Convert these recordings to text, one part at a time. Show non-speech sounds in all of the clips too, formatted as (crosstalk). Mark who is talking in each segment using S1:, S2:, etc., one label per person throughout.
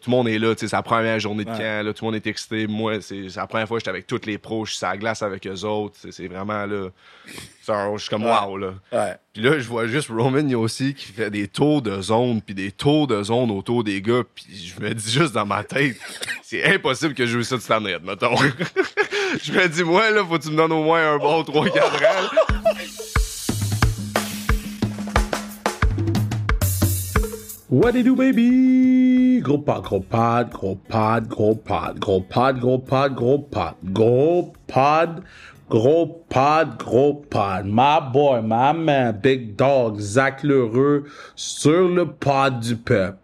S1: Tout le monde est là, tu sais, c'est la première journée de camp, là, tout le monde est excité. Moi, c'est c'est la première fois que j'étais avec tous les pros, je suis à la glace avec eux autres. C'est- C'est vraiment là. c'est un- Je suis comme wow, là.
S2: Ouais.
S1: Puis là, je vois juste Roman Yossi qui fait des tours de zone, puis des tours de zone autour des gars, puis je me dis juste dans ma tête, (laughs) c'est impossible que je joue ça de Stan Red, mettons. (laughs) je me dis, moi, là, faut que tu me donnes au moins un bon 3-4 ans. là.
S3: What it do, baby? Gros pod, gros pod, gros pod, gros pod, gros pod, gros pod, gros pod, gros pod, gros pod, gros pod. My boy, my man, big dog, Zach Lheureux, sur le pod du peuple.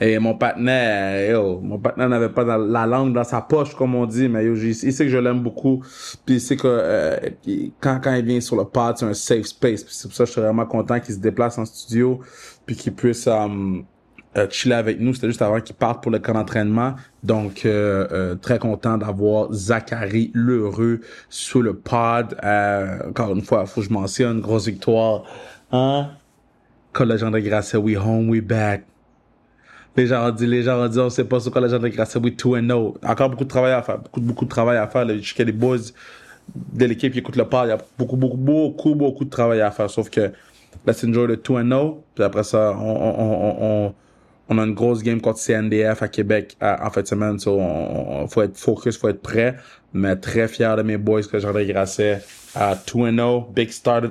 S3: Et mon partenaire, yo, mon partenaire n'avait pas dans- la langue dans sa poche, comme on dit, mais yo, j'ai- il sait que je l'aime beaucoup. Puis il sait que euh, il- quand, quand il vient sur le pod, c'est un safe space. Puis c'est pour ça que je suis vraiment content qu'il se déplace en studio, puis qu'il puisse euh, euh, chiller avec nous. C'était juste avant qu'il parte pour le camp d'entraînement. Donc, euh, euh, très content d'avoir Zachary Lheureux sur le pod. Euh, encore une fois, faut que je mentionne, grosse victoire. Hein? Collège André Grasset, we home, we back. Les gens ont dit, les gens ont dit, on sait pas sur quoi les gens de Grasset, oui, 2 and 0. Encore beaucoup de travail à faire, beaucoup, beaucoup de travail à faire. là. Je sais qu'il y a des boys de l'équipe qui écoutent le pas, il y a beaucoup, beaucoup, beaucoup, beaucoup de travail à faire. Sauf que là, c'est une journée de 2 and 0. Puis après ça, on, on, on, on, on a une grosse game contre CNDF à Québec à- en fin de semaine. So, on, on- faut être focus, faut être prêt. Mais très fier de mes boys que jean de Grasset à 2 and 0. Big start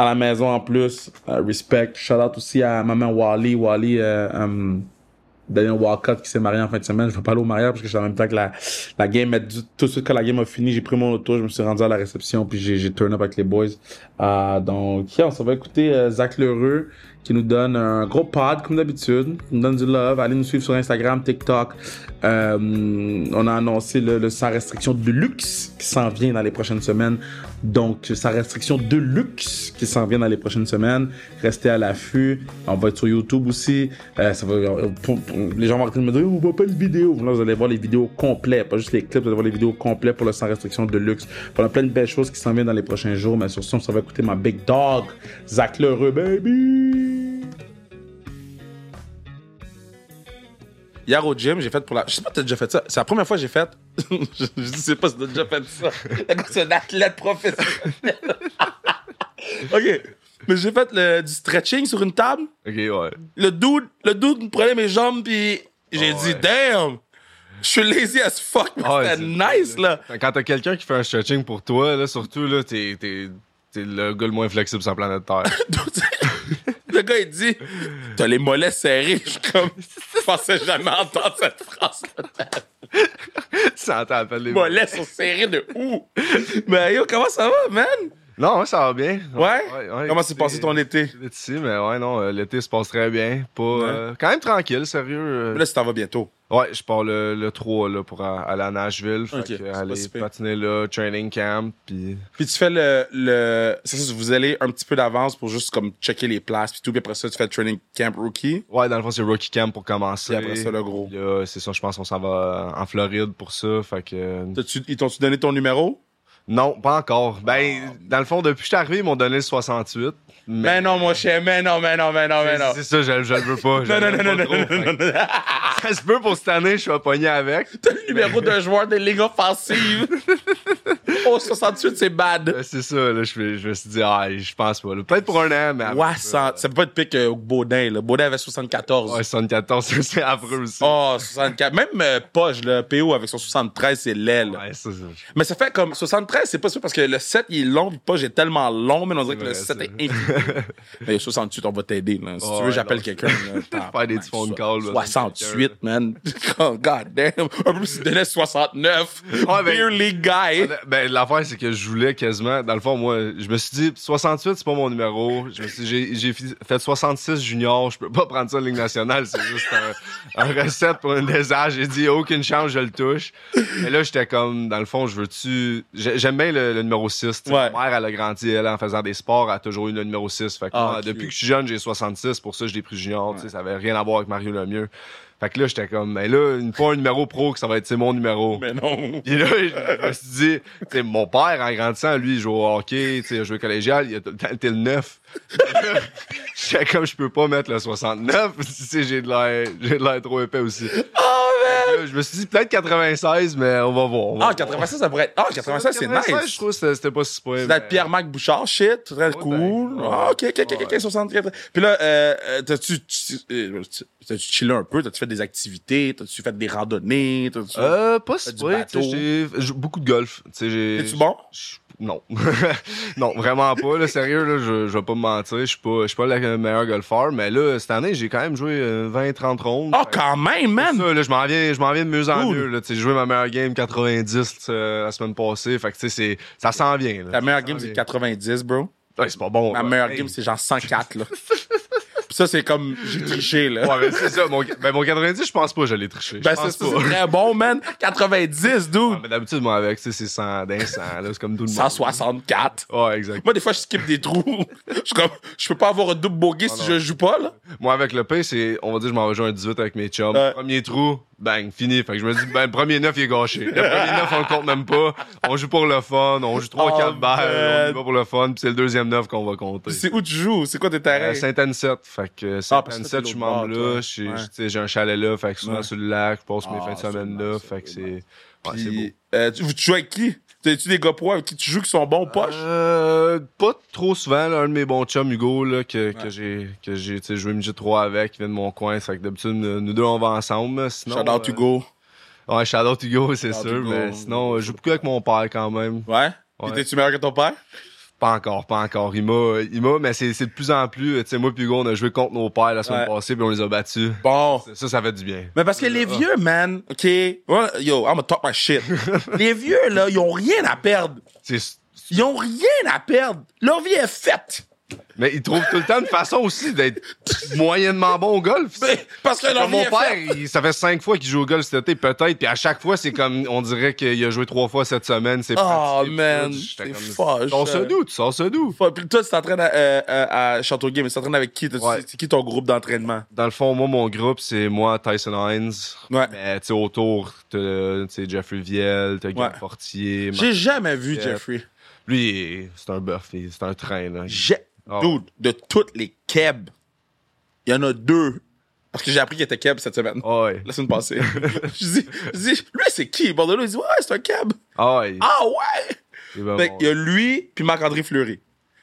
S3: à la maison en plus. Euh, respect. Shout out aussi à maman Wally. Wally, euh, euh, Daniel Walcott qui s'est marié en fin de semaine. Je vais pas aller au mariage parce que j'étais en même temps que la, la game. Mais du- tout de suite, quand la game a fini, j'ai pris mon auto, je me suis rendu à la réception, puis j'ai, j'ai turn up avec les boys. Euh, donc, yeah, on s'en va écouter euh, Zach Lheureux qui nous donne un gros pod, comme d'habitude. Il nous donne du love. Allez nous suivre sur Instagram, TikTok. Euh, on a annoncé le, le sa restriction de luxe qui s'en vient dans les prochaines semaines. Donc, sa restriction de luxe qui s'en vient dans les prochaines semaines. Restez à l'affût. On va être sur YouTube aussi. Euh, ça va- euh, pou- pou- les gens vont arrêter de me dire, on voit pas les vidéos. Là, vous allez voir les vidéos complètes, pas juste les clips, vous allez voir les vidéos complètes pour le sans restriction de luxe. On a plein de belles choses qui s'en viennent dans les prochains jours, mais sur ce, on s'en va écouter ma big dog, Zach Lheureux, baby! Hier au gym, j'ai fait pour la. Je sais pas si t'as déjà fait ça. C'est la première fois que j'ai fait. (laughs) je, je sais pas si t'as déjà fait (laughs) ça. C'est un athlète professionnel. (laughs) OK. Mais j'ai fait le- du stretching sur une table.
S1: Ok, ouais.
S3: Le dude, le dude me prenait mes jambes, puis j'ai
S1: Ah
S3: dit,
S1: ouais.
S3: damn, je suis lazy as fuck, mais
S1: Ah,
S3: c'était
S1: c'est-
S3: nice, là. (laughs)
S1: Quand t'as quelqu'un qui fait un stretching pour toi, là, surtout, là, t'es, t'es, t'es le gars le moins flexible sur la planète Terre.
S3: le gars, il dit, t'as les mollets serrés. Je suis comme, je pensais jamais entendre cette phrase-là.
S1: (laughs) ça entend à peine les
S3: Mollets sont serrés de où? Mais yo, comment ça va, man?
S1: Non, ouais, ça va bien.
S3: Ouais?
S1: Ouais, ouais,
S3: comment s'est
S1: c'est-
S3: passé ton été?
S1: Je suis Ici, mais ouais, non, euh, l'été se passe très bien. Pas, euh, quand même tranquille, sérieux. euh,
S3: Là, tu t'en vas bientôt.
S1: Ouais, je pars le, le 3 là, pour a- aller à Nashville. Fait
S3: Ok,
S1: que,
S3: c'est pas
S1: aller
S3: si pire.
S1: patiner là, training camp. Puis...
S3: Puis tu fais le. le c'est ça, vous allez un petit peu d'avance pour juste comme checker les places, puis tout. Puis après ça, tu fais le training camp rookie.
S1: Ouais, dans le fond, c'est Rookie Camp pour commencer.
S3: Puis après ça, le gros.
S1: Puis là, c'est ça, je pense qu'on s'en va euh, en Floride pour ça. Fait que. euh,
S3: T'as-tu- ils t'ont-tu donné ton numéro?
S1: Non, pas encore. Ben, dans le fond, depuis que je suis arrivé, ils m'ont donné le 68. Mais,
S3: Mais Ben non, mon chien, mais non, mais non, mais non, mais Ben, non.
S1: c'est ça, je, je le veux pas. je
S3: Non, non,
S1: l'aime pas
S3: non, non, non,
S1: trop,
S3: non,
S1: fait
S3: non,
S1: que
S3: non.
S1: (laughs) Ça se peut pour cette année, je suis pas pogné avec.
S3: T'as le numéro d'un joueur des
S1: (laughs)
S3: ligues offensives. Au 68, c'est bad.
S1: Euh, C'est ça, là, je, me- je me suis dit, ah, je pense pas. là. Peut-être pour un an, mais. après
S3: Ouais,
S1: ça,
S3: ça, ça peut pas être pire que Baudin, là. Baudin avait 74.
S1: Ouais, 74, ça, (laughs) c'est affreux aussi.
S3: Oh, 64. Même euh, Poge, le PO avec son 73, c'est laid, là.
S1: Ouais, ça, ça-
S3: Mais ça fait comme 73, c'est pas sûr parce que le 7 il est long, puis Poge est tellement long, mais on dirait que le
S1: Ouais,
S3: 7
S1: ça.
S3: est
S1: (laughs)
S3: infini. mais le 68, on va t'aider, là. Si
S1: Oh,
S3: tu veux,
S1: ouais,
S3: j'appelle
S1: non.
S3: quelqu'un. là. T'as-
S1: (laughs) Faire des
S3: man,
S1: petits phone
S3: so-
S1: calls, là,
S3: 68, man. (laughs) Oh, God damn. Un peu plus, il donnait 69.
S1: (laughs) Ouais, ben-
S3: Beer League guy.
S1: Ben, l'affaire, c'est que je voulais quasiment. Dans le fond, moi, je me suis dit, 68, c'est pas mon numéro. Je me suis dit, j'ai- j'ai fi- fait 66 junior, je peux pas prendre ça en Ligue nationale. C'est juste un, un recette pour un désastre. J'ai dit, aucune chance, je le touche. Mais là, j'étais comme, dans le fond, je veux-tu. j'ai- J'aime bien le, le numéro 6. tu sais.
S3: Ouais.
S1: Ma mère, elle a grandi, elle, en faisant des sports, elle a toujours eu le numéro 6. Fait que
S3: Ah,
S1: moi,
S3: ok.
S1: depuis que je suis jeune, j'ai 66. Pour ça, je l'ai pris junior. tu sais, Ça avait rien à voir avec Mario Lemieux. Fait que là, j'étais comme, mais là, une fois un numéro pro, que ça va être c'est mon numéro.
S3: Mais
S1: (laughs)
S3: non.
S1: Puis là, je me suis dit, tu sais, mon père, en grandissant, lui, il joue au hockey, tu sais, il a joué collégial, il a tout le temps été le (laughs) 9. J'étais comme, je peux pas mettre le 69, (laughs) tu sais, j'ai de l'air, j'ai de l'air trop épais aussi. Là, Je me suis dit, peut-être 96, mais on va voir. on va
S3: Ah,
S1: voir.
S3: 96, ça pourrait être. Ah, 96, c'est
S1: 96,
S3: nice.
S1: je trouve que c'était- c'était pas si
S3: C'est
S1: pire.
S3: d'être
S1: mais-
S3: Pierre-Marc Bouchard, shit, très
S1: ben,
S3: cool.
S1: ouais.
S3: Ah, ok, ok, ok, ok,
S1: Ouais.
S3: 64. Puis là, euh, euh, t'as-tu, tu- euh, tu- t'as-tu chillé un peu? T'as-tu fait des activités? T'as-tu fait des randonnées? T'as-tu...
S1: Euh, pas si
S3: du
S1: pire, tu
S3: bateau.
S1: sais, j'ai j'ai beaucoup de golf, tu sais, j'ai...
S3: Es-tu bon?
S1: Je- Non. (laughs) non, vraiment pas. Là, sérieux, là, je, je vais pas me mentir. Je suis pas, je suis pas le meilleur golfeur, mais là, cette année, j'ai quand même joué euh, 20-30 rondes.
S3: Ah, quand même,
S1: Fait que
S3: man!
S1: ça, là, je m'en viens, je m'en viens de mieux en
S3: Cool.
S1: mieux. là. Tu sais, J'ai joué ma meilleure game 90 euh, la semaine passée. Fait que, tu sais, c'est- ça s'en vient. Là.
S3: La meilleure
S1: Ça
S3: game,
S1: s'en
S3: c'est
S1: vient.
S3: 90, bro.
S1: Ouais, c'est pas bon.
S3: Ma
S1: là.
S3: meilleure
S1: Hey.
S3: game, c'est genre
S1: (laughs)
S3: 104, là. Puis ça, c'est comme, j'ai triché, là.
S1: Ouais, ben, c'est ça. Mon, ben, mon 90, je pense pas, je l'ai triché. Je
S3: ben, ça,
S1: pense
S3: ça,
S1: pas.
S3: c'est très bon, man. 90, dude.
S1: Ouais, mais D'habitude, moi, avec, tu sais, c'est 100, d'un 100, là, c'est comme tout le monde.
S3: 164.
S1: Ouais, exact.
S3: Moi, des fois, je skip des trous. (laughs) je, suis comme, je peux pas avoir un double bogey si
S1: Ah non.
S3: je joue pas, là.
S1: Moi, avec le pain, c'est, on va dire, je m'en vais jouer un 18 avec mes chums.
S3: Ouais.
S1: Premier trou, bang, fini. Fait que je me dis, ben, le premier 9, il est gâché. Le premier 9, on le compte même pas. On joue pour le fun, on joue 3-4
S3: Oh,
S1: balles, on
S3: man.
S1: y va pour le fun, puis c'est le deuxième 9 qu'on va compter.
S3: Puis C'est où tu joues? C'est quoi tes terrains?
S1: Euh, Saint-Anne-7, fait que
S3: parce que c'est
S1: Saint-Anne-7, je suis
S3: l'autre
S1: membre
S3: bord, toi.
S1: là, je suis-
S3: Ouais.
S1: je- tu sais, j'ai un chalet là, fait que souvent
S3: Ouais.
S1: sur le lac, je passe mes
S3: Ah,
S1: fins de semaine
S3: c'est
S1: là,
S3: nice,
S1: fait que
S3: c'est
S1: c'est...
S3: nice.
S1: Ouais,
S3: Puis,
S1: c'est beau.
S3: euh, tu, tu joues avec qui? T'as-tu des gars pro avec qui tu joues qui sont bons poche?
S1: Euh, pas trop souvent. Là, un de mes bons chums, Hugo, là, que, que
S3: Ouais.
S1: j'ai que j'ai tu sais, joué MJ3 avec, qui vient de mon coin. C'est que d'habitude, nous nous deux, on va ensemble. mais Sinon,
S3: Shout out
S1: euh,
S3: Hugo.
S1: Ouais, Shadow to Go, c'est
S3: Shout out
S1: sûr.
S3: to
S1: Mais
S3: go.
S1: sinon, euh, je joue beaucoup avec mon père quand même.
S3: Ouais?
S1: Ouais.
S3: Puis T'es-tu meilleur que ton père?
S1: Pas encore, pas encore. Il m'a, il m'a, mais c'est c'est de plus en plus. euh, Tu sais, moi, puis Hugo, on a joué contre nos pères la semaine
S3: Ouais.
S1: passée, puis on les a battus.
S3: Bon.
S1: Ça, ça fait du bien.
S3: Mais parce que les vieux, man, OK? Well, yo, I'm gonna talk my (laughs) shit. les vieux, là, ils ont rien à perdre.
S1: C'est-
S3: Ils ont rien à perdre. Leur vie est faite.
S1: Mais ils trouvent tout le temps une façon aussi d'être moyennement bon au
S3: (laughs)
S1: golf.
S3: Mais- Parce que leur
S1: Comme
S3: vie
S1: mon
S3: est faite.
S1: père, il- ça fait cinq fois qu'il joue au golf cet été, peut-être, puis à chaque fois, c'est comme, on dirait qu'il a joué trois fois cette semaine, c'est
S3: Oh,
S1: pratiqué,
S3: man,
S1: puis j'étais
S3: c'est
S1: comme,
S3: fâche.
S1: Tu sors ça d'où? Tu sors ça d'où?
S3: Faut- Puis toi, tu t'entraînes à, euh, euh, à Château Game, mais tu t'entraînes avec qui? T'as-
S1: Ouais.
S3: C'est qui ton groupe d'entraînement?
S1: Dans le fond, moi, mon groupe, c'est moi, Tyson Hines.
S3: Ouais.
S1: Mais, tu sais, autour, t'as tu sais, Jeffrey Viel, t'as Guy
S3: Ouais.
S1: Fortier. Ma-
S3: J'ai jamais vu
S1: Euh,
S3: Jeffrey.
S1: Lui, il- c'est un buff, il- c'est un train, là.
S3: J'ai... Oh.
S1: Ah.
S3: Dude, de toutes les kebs, il y en a deux. Parce que j'ai appris qu'il était keb cette semaine.
S1: Ah ouais.
S3: La semaine passée. (laughs) je dis, je dis, lui, c'est qui? Bordelot, il dit, ouais, c'est un keb.
S1: Ah ouais.
S3: Ah ouais!
S1: il est vraiment
S3: Fait qu'il y a lui, puis Marc-André Fleury.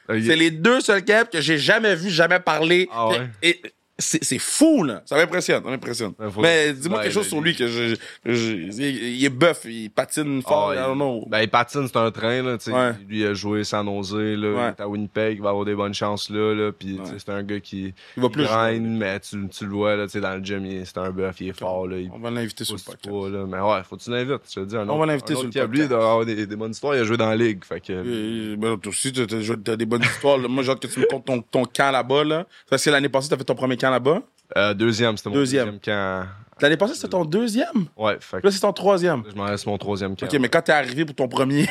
S1: bon. Il-
S3: C'est les deux seuls kebs que j'ai jamais vu, jamais parlé.
S1: Ah ouais?
S3: Et c'est, c'est fou, là. Ça m'impressionne, ça m'impressionne.
S1: Ben, faut-
S3: Mais dis-moi
S1: Ouais,
S3: quelque chose
S1: ben,
S3: sur lui que je, je- je- il est bœuf, il patine fort,
S1: Ah,
S3: I
S1: il-
S3: don't know.
S1: Ben, il patine, c'est un train, là, tu sais.
S3: Ouais.
S1: Lui, il a joué sans nausée, là.
S3: Ouais.
S1: Il est à Winnipeg, il va avoir des bonnes chances, là, là. Puis, tu sais, c'est un gars qui
S3: Il va plus
S1: grind, mais tu, tu le vois, là, tu sais, dans le gym, il- c'est un bœuf, il est fort, là. Il
S3: On va l'inviter sur le
S1: pousse
S3: podcast.
S1: pas, là. Mais ouais, faut que tu l'invites, je te dis. Un
S3: On
S1: autre-
S3: va l'inviter
S1: un autre
S3: sur le
S1: qui a- Lui, il
S3: podcast.
S1: doit avoir des, des bonnes histoires, il a joué dans la ligue, fait que...
S3: Euh, ben, toi aussi, t'as, t'as- t'as des bonnes histoires. là. Moi, j'ai hâte que tu me comptes ton, ton camp là-bas. Là. Ça, c'est l'année passée, t'as fait ton premier camp là-bas.
S1: Euh, deuxième, c'était mon
S3: Deuxième.
S1: deuxième camp.
S3: L'année passée, c'était ton deuxième.
S1: Ouais, fait que
S3: Là, c'est ton troisième.
S1: je m'en reste mon troisième camp.
S3: OK, mais quand t'es arrivé pour ton premier,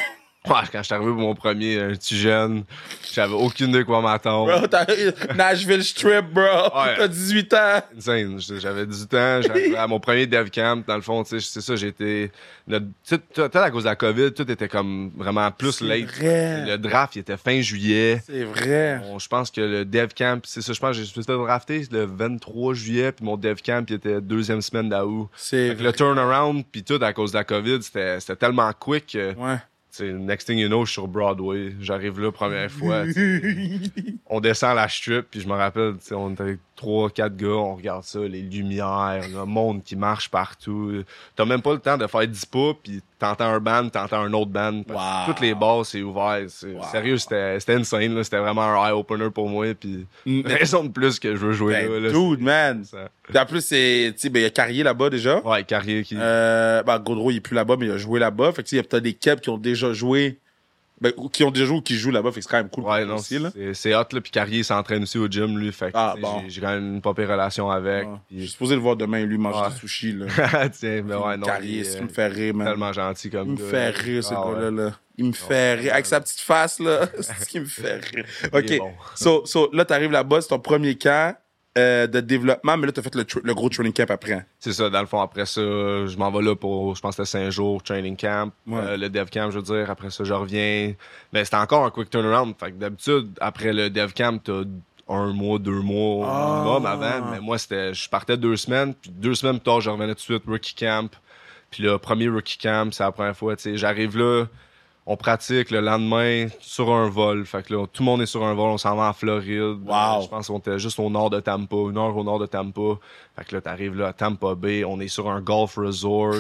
S1: Ouais, quand je suis arrivé pour mon premier, un petit jeune, j'avais aucune idée quoi m'attendre.
S3: bro, t'as Nashville Strip, bro.
S1: Ouais.
S3: T'as 18 ans.
S1: Insane. J- J'avais 18 ans, j'arrivais à mon premier dev camp. Dans le fond, tu sais, c'est ça, j'étais. notre- tu sais, Peut-être à cause de la COVID, tout était comme vraiment plus
S3: C'est
S1: late.
S3: vrai.
S1: Le draft, il était fin juillet.
S3: C'est vrai.
S1: Bon, je pense que le dev camp, c'est ça, je pense que je me suis fait drafter le 23 juillet, puis mon dev camp, il était deuxième semaine d'août.
S3: C'est
S1: Fait que Le
S3: vrai.
S1: turnaround, puis tout à cause de la COVID, c'était c'était tellement quick que, tu
S3: Ouais.
S1: sais, next thing you know, je suis sur Broadway. J'arrive là, première
S3: (laughs)
S1: fois. tu sais, on descend la strip, puis je me rappelle, tu sais, on était avec trois, quatre gars, on regarde ça, les lumières, le monde qui marche partout. T'as même pas le temps de faire 10 pas, puis t'entends un band, t'entends un autre band. Parce que
S3: Wow.
S1: Toutes les bars, c'est ouvert. c'est-
S3: Wow.
S1: Sérieux, c'était c'était insane, là. C'était vraiment un eye-opener pour moi, puis
S3: Ben,
S1: raison de plus que je veux jouer là, là.
S3: dude, man.
S1: Ça-
S3: Puis en plus, c'est, tu sais, ben, il y a Carrier là-bas déjà.
S1: Ouais, Carrier qui...
S3: Euh, ben, Gaudreau, il est plus là-bas, mais il a joué là-bas. Fait que, tu sais, il y a peut-être des Kebs qui ont déjà joué, ben, ou qui ont déjà joué ou qui jouent là-bas. Fait que c'est quand même cool.
S1: Ouais, non,
S3: aussi, là.
S1: c'est c'est hot, là. Puis Carrier s'entraîne aussi au gym, lui. Fait que
S3: Ah,
S1: tu sais,
S3: bon.
S1: j'ai- j'ai quand même une pas pire relation avec.
S3: Ouais. Je suis
S1: puis- (laughs)
S3: supposé le voir demain, lui, manger
S1: Ouais.
S3: des sushis, là.
S1: Tiens, mais (laughs) ouais, non.
S3: Carrier,
S1: il est, euh,
S3: il me fait rire, man.
S1: tellement gentil comme
S3: Il me
S1: gars.
S3: fait rire, ce
S1: Ah, ouais.
S3: gars-là, là. Il me fait rire. Avec sa petite face, là. (laughs) c'est ce qui me fait rire.
S1: Il est
S3: OK.
S1: bon.
S3: So, so, là, t'arrives là-bas, c'est ton premier camp. euh, de développement, mais là, t'as fait le, tr- le gros training camp après. hein.
S1: C'est ça, dans le fond, après ça, je m'en vais là pour, je pense, que c'était 5 jours, training camp,
S3: Ouais.
S1: euh, le dev camp, je veux dire. Après ça, je reviens. Mais c'était encore un quick turnaround. Fait que d'habitude, après le dev camp, t'as un mois, deux mois
S3: Ah.
S1: minimum avant. Mais moi, c'était, je partais deux semaines, puis deux semaines plus tard, je revenais tout de suite, rookie camp. Puis le premier rookie camp, c'est la première fois, tu sais, j'arrive là, on pratique le lendemain sur un vol. Fait que là, tout le monde est sur un vol, on s'en va en Floride. Euh,
S3: Wow.
S1: Je pense qu'on était juste au nord de Tampa, une heure au nord de Tampa. Fait que là, t'arrives là à Tampa Bay, on est sur un golf
S3: (laughs)
S1: resort.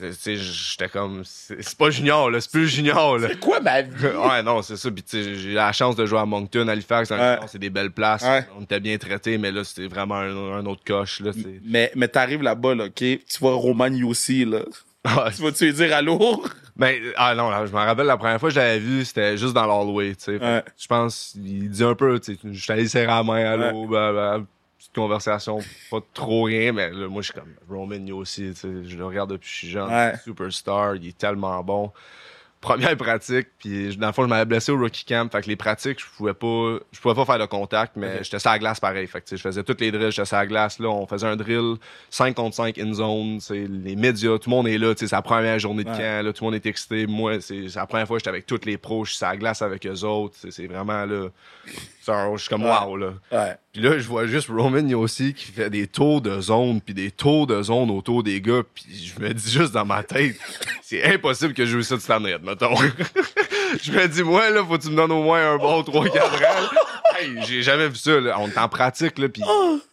S1: tu sais, j'étais comme, c'est c'est pas junior, là, c'est plus junior,
S3: (laughs)
S1: là.
S3: Quoi, ma vie?
S1: ouais, non, c'est ça. Puis, tu sais, j'ai eu la chance de jouer à Moncton, Halifax. dans le
S3: Ouais.
S1: Nord, C'est des belles places.
S3: Ouais.
S1: On était bien traités, mais là, c'était vraiment un, un autre coche, là. c'est- (laughs)
S3: Mais, mais t'arrives là-bas, là, OK? Tu vois Roman Yossi, là.
S1: Ah,
S3: Tu vas-tu lui dire allô? (laughs)
S1: Mais, ah non, là, je me rappelle la première fois que je l'avais vu, c'était juste dans l'hallway, tu sais. Fait que
S3: Ouais.
S1: Je pense, il dit un peu, tu sais, je suis allé serrer la main, allô, bah, bah, petite conversation, pas trop rien, mais là, moi, je suis comme Roman aussi, tu sais, je le regarde depuis que je suis jeune,
S3: Ouais.
S1: superstar, il est tellement bon. Première pratique, puis je- dans le fond, je m'avais blessé au rookie camp, fait que les pratiques, je pouvais pas, je pouvais pas faire de contact, mais j'étais sur la glace pareil, fait que tu sais, je faisais toutes les drills, j'étais sur la glace, là, on faisait un drill 5 contre 5 in zone, tu sais, les médias, tout le monde est là, tu sais, c'est la première journée de
S3: Ouais.
S1: camp, là, tout le monde est excité, moi, c'est c'est la première fois que j'étais avec tous les pros, je suis sur la glace avec eux autres, c'est c'est vraiment, là, c'est un- je suis comme
S3: Ouais.
S1: wow, là.
S3: Ouais.
S1: Puis là, je vois juste Roman Yossi qui fait des tours de zone, puis des tours de zone autour des gars, puis je me dis juste dans ma tête, (laughs) c'est impossible que je joue ça de standard, mettons. (laughs) je me dis, moi, là, faut que tu me donnes au moins un bon 3-4 ans. là. Hey, j'ai jamais vu ça, là. On est en pratique, là, puis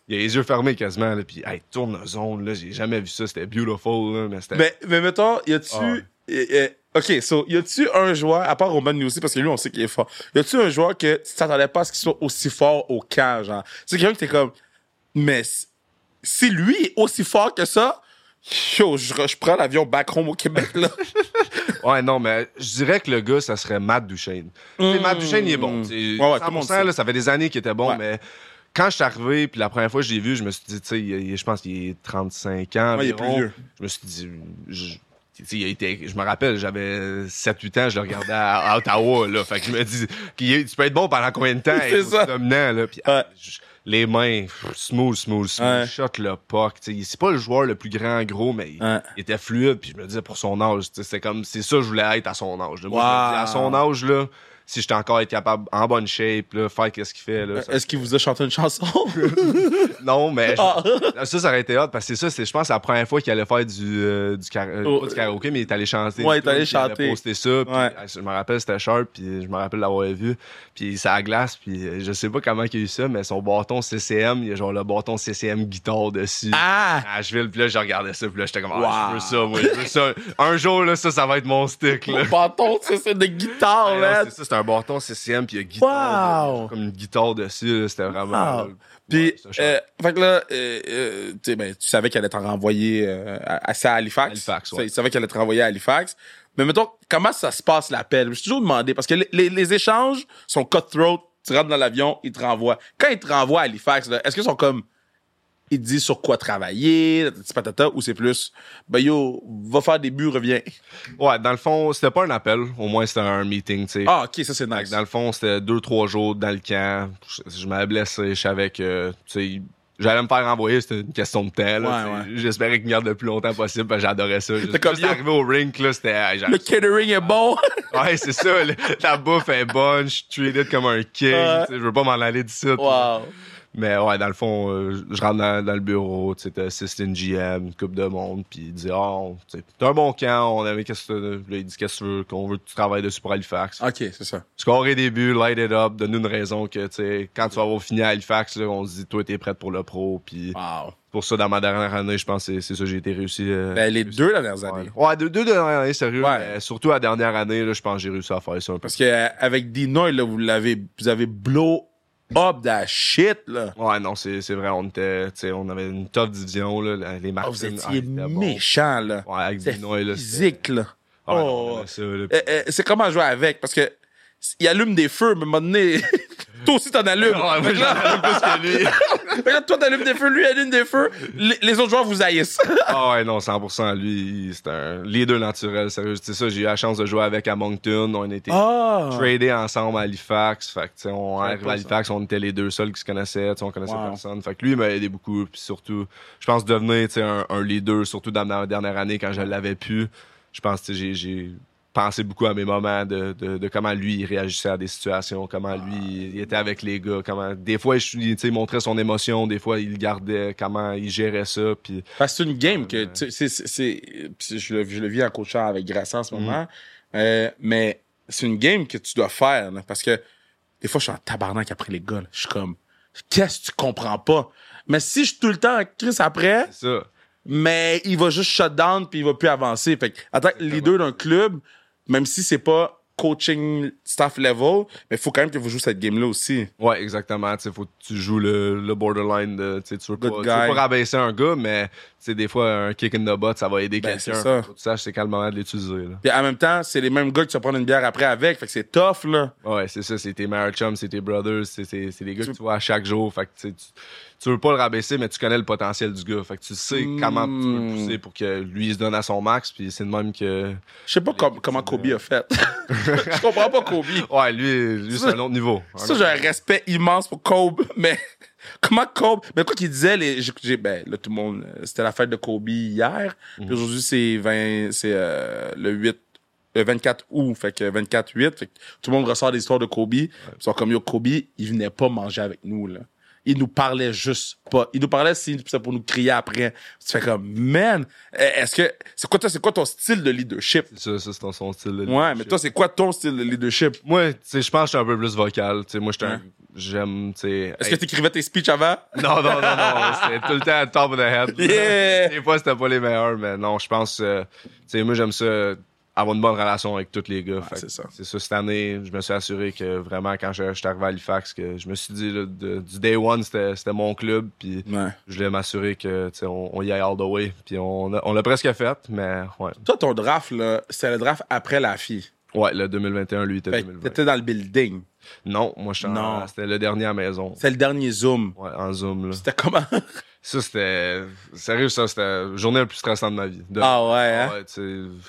S1: il a les yeux fermés quasiment, là, puis hey, tourne de zone, là, j'ai jamais vu ça, c'était beautiful, là, mais c'était...
S3: Mais, mais mettons, y a-tu.
S1: Ah.
S3: eh, eh, OK, so, y a-tu un joueur, à part Roman Yossi, parce que lui, on sait qu'il est fort, y a-tu un joueur que tu t'attendais pas à ce qu'il soit aussi fort au camp, genre? C'est quelqu'un que t'es comme, mais c- si lui est aussi fort que ça, yo, je, re- je prends l'avion back home au Québec,
S1: (laughs)
S3: là.
S1: Ouais, non, mais je dirais que le gars, ça serait Matt Duchesne. Tu sais, Matt Duchesne, il est bon. C'est
S3: Mmh. Ouais, ouais, tout le monde
S1: 100%,
S3: sait.
S1: là, ça fait des années qu'il était bon,
S3: Ouais.
S1: mais quand je suis arrivé, puis la première fois que je l'ai vu, je me suis dit, tu sais, il- il- je pense qu'il est 35 ans.
S3: Ouais, Ah, il est
S1: environ.
S3: plus vieux.
S1: Je me suis dit, je, tu sais, il était- je me rappelle, j'avais 7-8 ans, je le regardais à, à Ottawa, là. Fait que je me dis, qu'il est- tu peux être bon pendant combien de temps?
S3: (laughs) C'est
S1: Il est aussi
S3: ça.
S1: Dominant, là. Puis,
S3: Ouais.
S1: ah, je- les mains, pff, smooth, smooth, smooth,
S3: Ouais.
S1: shot le puck. tu sais, C'est pas le joueur le plus grand, gros, mais il-
S3: Ouais.
S1: il était fluide, puis je me disais pour son âge, tu sais, c'est comme c'est ça que je voulais être à son âge. là. Moi, je
S3: Wow.
S1: me dis, à son âge là, si j'étais encore être capable en bonne shape, là, faire qu'est-ce qu'il fait là. ça-
S3: Euh, Est-ce qu'il vous a chanté une chanson?
S1: non, mais je-
S3: (laughs) Ah.
S1: ça ça aurait été hot parce que c'est ça, c'est je pense la première fois qu'il allait faire du euh, du, kara- euh,
S3: Oh.
S1: pas du karaoké, mais il est allé chanter.
S3: Ouais, il est
S1: tout,
S3: allé
S1: puis avait
S3: chanter.
S1: posté ça, puis,
S3: Ouais.
S1: euh, je me rappelle c'était sharp, puis je me rappelle l'avoir vu, puis c'est à la glace, puis euh, je sais pas comment il a eu ça, mais son bâton CCM, il y a genre le bâton CCM guitare dessus
S3: ah!
S1: à Nashville, puis là, je regardais ça, puis là, j'étais comme, ah,
S3: Wow.
S1: je veux ça, moi, je veux ça. Un jour, là, ça, ça va être mon stick, là.
S3: Mon bâton, tu sais, c'est de guitare,
S1: Ah, non,
S3: man.
S1: c'est ça, c'est un bâton CCM, puis il y a guitare,
S3: Wow.
S1: là, comme une guitare dessus, là, c'était vraiment...
S3: Wow. Puis,
S1: Ouais, ça, je-
S3: euh, fait que là, euh, euh, tu sais, ben, tu savais qu'elle allait te renvoyer euh, à, à ça à Halifax.
S1: Halifax, ouais.
S3: Tu sais, Tu savais qu'elle allait te renvoyer à Halifax. Mais mettons, comment ça se passe l'appel? Je me suis toujours demandé, parce que les, les- les échanges sont cutthroat. Tu rentres dans l'avion, ils te renvoient. Quand ils te renvoient à Halifax, là, est-ce qu'ils sont comme, ils te disent sur quoi travailler, tatati patata, ou c'est plus, ben yo, va faire des buts, reviens.
S1: Ouais, dans le fond, c'était pas un appel, au moins, c'était un meeting, tu sais.
S3: Ah, ok, ça c'est
S1: Fait que
S3: nice.
S1: Dans le fond, c'était deux, trois jours dans le camp. Je, je m'avais blessé, je savais que, tu sais, j'allais me faire renvoyer, c'était une question de temps, là,
S3: Ouais,
S1: tu sais. J'espérais qu'il me garde le plus longtemps possible, parce que j'adorais ça. Juste,
S3: comme
S1: juste
S3: yo.
S1: arrivé au rink, là, c'était... ah, j'aime
S3: Le catering
S1: (laughs)
S3: est bon.
S1: Ouais, c'est ça. le- la bouffe est bonne. Je suis treated comme un king.
S3: Ouais.
S1: tu sais, Je veux pas m'en aller d'ici.
S3: wow.
S1: Mais ouais, dans le fond, euh, je rentre dans, dans le bureau. Tu sais, t'as Sistine GM, une Coupe de Monde. Puis il dit, ah, on- tu sais, t'as un bon camp. On avait qu'est-ce que tu- là, Il dit, qu'est-ce que tu veux qu'on veut que tu travailles dessus pour Halifax.
S3: Ok, c'est ça.
S1: Scorer des buts, light it up. Donne-nous une raison que, tu sais, quand tu vas avoir fini à Halifax, là, on se dit, toi, t'es prête pour le pro. Puis
S3: Wow.
S1: pour ça, dans ma dernière année, je pense que c'est- c'est ça, j'ai été réussi. euh,
S3: Ben, les deux dernières années.
S1: Ouais, deux, deux dernières années, sérieux.
S3: Ouais.
S1: mais surtout la dernière année, là, je pense que j'ai réussi à faire ça un peu.
S3: Parce que euh, avec Dinoy, là, vous l'avez, vous avez blow up that shit, là.
S1: Ouais, non, c'est c'est vrai, on était, tu sais, on avait une top division, là, la- les
S3: Ah,
S1: Martins.
S3: vous
S1: ah,
S3: étiez
S1: c'était bon.
S3: méchant, là.
S1: Ouais, avec
S3: C'est
S1: Benoît, là. c'était-
S3: physique, là.
S1: Ah, ouais,
S3: Oh.
S1: on aimait ça, là.
S3: Euh, euh, c'est comment jouer avec, parce que il allume des feux, mais à un moment donné, (laughs) toi aussi t'en allumes. (laughs)
S1: Ouais, moi, j'en avais plus que lui.
S3: Regarde, toi, t'allumes des feux, lui, allume des feux. Les, les autres joueurs vous haïssent.
S1: Ah ouais, non, 100%. Lui, il- c'est un leader naturel, sérieux. C'est ça, j'ai eu la chance de jouer avec à Moncton. On a été
S3: Ah!
S1: tradés ensemble à Halifax. Fait que, tu sais, on
S3: savais
S1: arrive
S3: pas
S1: à Halifax, on était les deux seuls qui se connaissaient. tu sais, On connaissait
S3: Wow.
S1: personne. Fait que lui, il m'a aidé beaucoup. Puis surtout, je pense devenir, tu sais, un, un leader, surtout dans ma dernière année quand je l'avais pu. Je pense, que j'ai, j'ai pensé beaucoup à mes moments de, de- de comment lui, il réagissait à des situations, comment lui, il était avec les gars, comment. Des fois, je, il tu sais, il montrait son émotion, des fois, il le gardait, comment il gérait ça. Puis
S3: Parce que c'est une game que tu sais, c'est- c'est- c'est- puis je, le, je le vis en coachant avec Grasset en ce moment. Euh, mais c'est une game que tu dois faire. là, parce que des fois, je suis en tabarnak après les gars. là. Je suis comme, qu'est-ce que tu comprends pas? Mais si je suis tout le temps en crise après,
S1: c'est ça.
S3: mais il va juste shut down puis il va plus avancer. Fait que, attends, les deux d'un club, même si c'est pas coaching staff level, mais il faut quand même que vous jouez cette game-là aussi.
S1: Ouais, exactement. Tu sais, faut que tu joues le, le borderline de. Tu sais, tu veux pas,
S3: Good
S1: tu veux
S3: guy.
S1: pas rabaisser un gars, mais tu sais, des fois, un kick in the butt, ça va aider
S3: Ben,
S1: quelqu'un.
S3: c'est ça.
S1: Faut que tu saches c'est quand le moment de l'utiliser. là.
S3: Puis en même temps, c'est les mêmes gars que tu vas prendre une bière après avec. Fait que c'est tough, là.
S1: Ah Ouais, c'est ça. C'est tes meilleurs chums, c'est tes brothers, c'est c'est- c'est des gars que tu vois à chaque jour. Fait que tu, sais, tu, tu veux pas le rabaisser, mais tu connais le potentiel du gars. Fait que tu sais comment tu peux
S3: Hmm.
S1: le pousser pour que lui, il se donne à son max. Puis c'est de même
S3: (laughs)
S1: que.
S3: Je sais pas com- comment Kobe a fait. (laughs) Je comprends pas Kobe.
S1: Ouais, lui, lui c'est
S3: Ça-
S1: un autre niveau.
S3: Ça, j'ai un respect immense pour Kobe, mais (laughs) comment Kobe. Mais quoi qu'il disait, les, j'ai- j'ai- ben, là, tout le monde, euh, c'était la fête de Kobe hier, puis aujourd'hui, c'est 20, c'est, euh, le 8, le 24 août, fait que 24-8, fait que tout le monde ressort des histoires de Kobe, Ils sont comme, yo, Kobe, il venait pas manger avec nous, là. Il nous parlait juste pas. Il nous parlait si c'était pour nous crier après. Tu fais comme, man, euh, est-ce que, c'est quoi, toi, c'est quoi ton style de leadership?
S1: Ça, ça, c'est ton- son style. de
S3: Ouais, mais
S1: leadership.
S3: toi, c'est quoi ton style de leadership?
S1: Moi, tu sais, je pense que je suis un peu plus vocal. Tu sais, moi, j'étais un-
S3: Ouais.
S1: J'aime, tu sais.
S3: Est-ce
S1: être-
S3: que t'écrivais tes speeches avant?
S1: Non, non, non, non. C'était tout le temps top of the head.
S3: Yeah!
S1: Des fois, c'était pas les meilleurs, mais non, je pense. euh, tu sais, moi, j'aime ça, euh, avoir une bonne relation avec tous les gars. Fait que
S3: c'est ça.
S1: C'est ça, cette année, je me suis assuré que vraiment, quand je, je suis arrivé à Halifax, que je me suis dit, là, de- du day one, c'était c'était mon club, puis
S3: Ouais.
S1: je voulais m'assurer que, tu sais, on, on y aille all the way. Puis on, a- on l'a presque fait, mais ouais.
S3: Toi, ton draft, là, c'était le draft après la fille.
S1: Ouais, le 2021, lui, était
S3: Fait que
S1: 2020.
S3: t'étais dans le building.
S1: Non, moi, je suis en-
S3: Non.
S1: C'était le dernier à la maison.
S3: C'était le dernier Zoom.
S1: Ouais, en Zoom, là.
S3: C'était comment?
S1: Ça, c'était. Sérieux, ça, c'était la journée la plus stressante de ma vie. De-
S3: ah ouais, hein?
S1: Ouais, tu sais,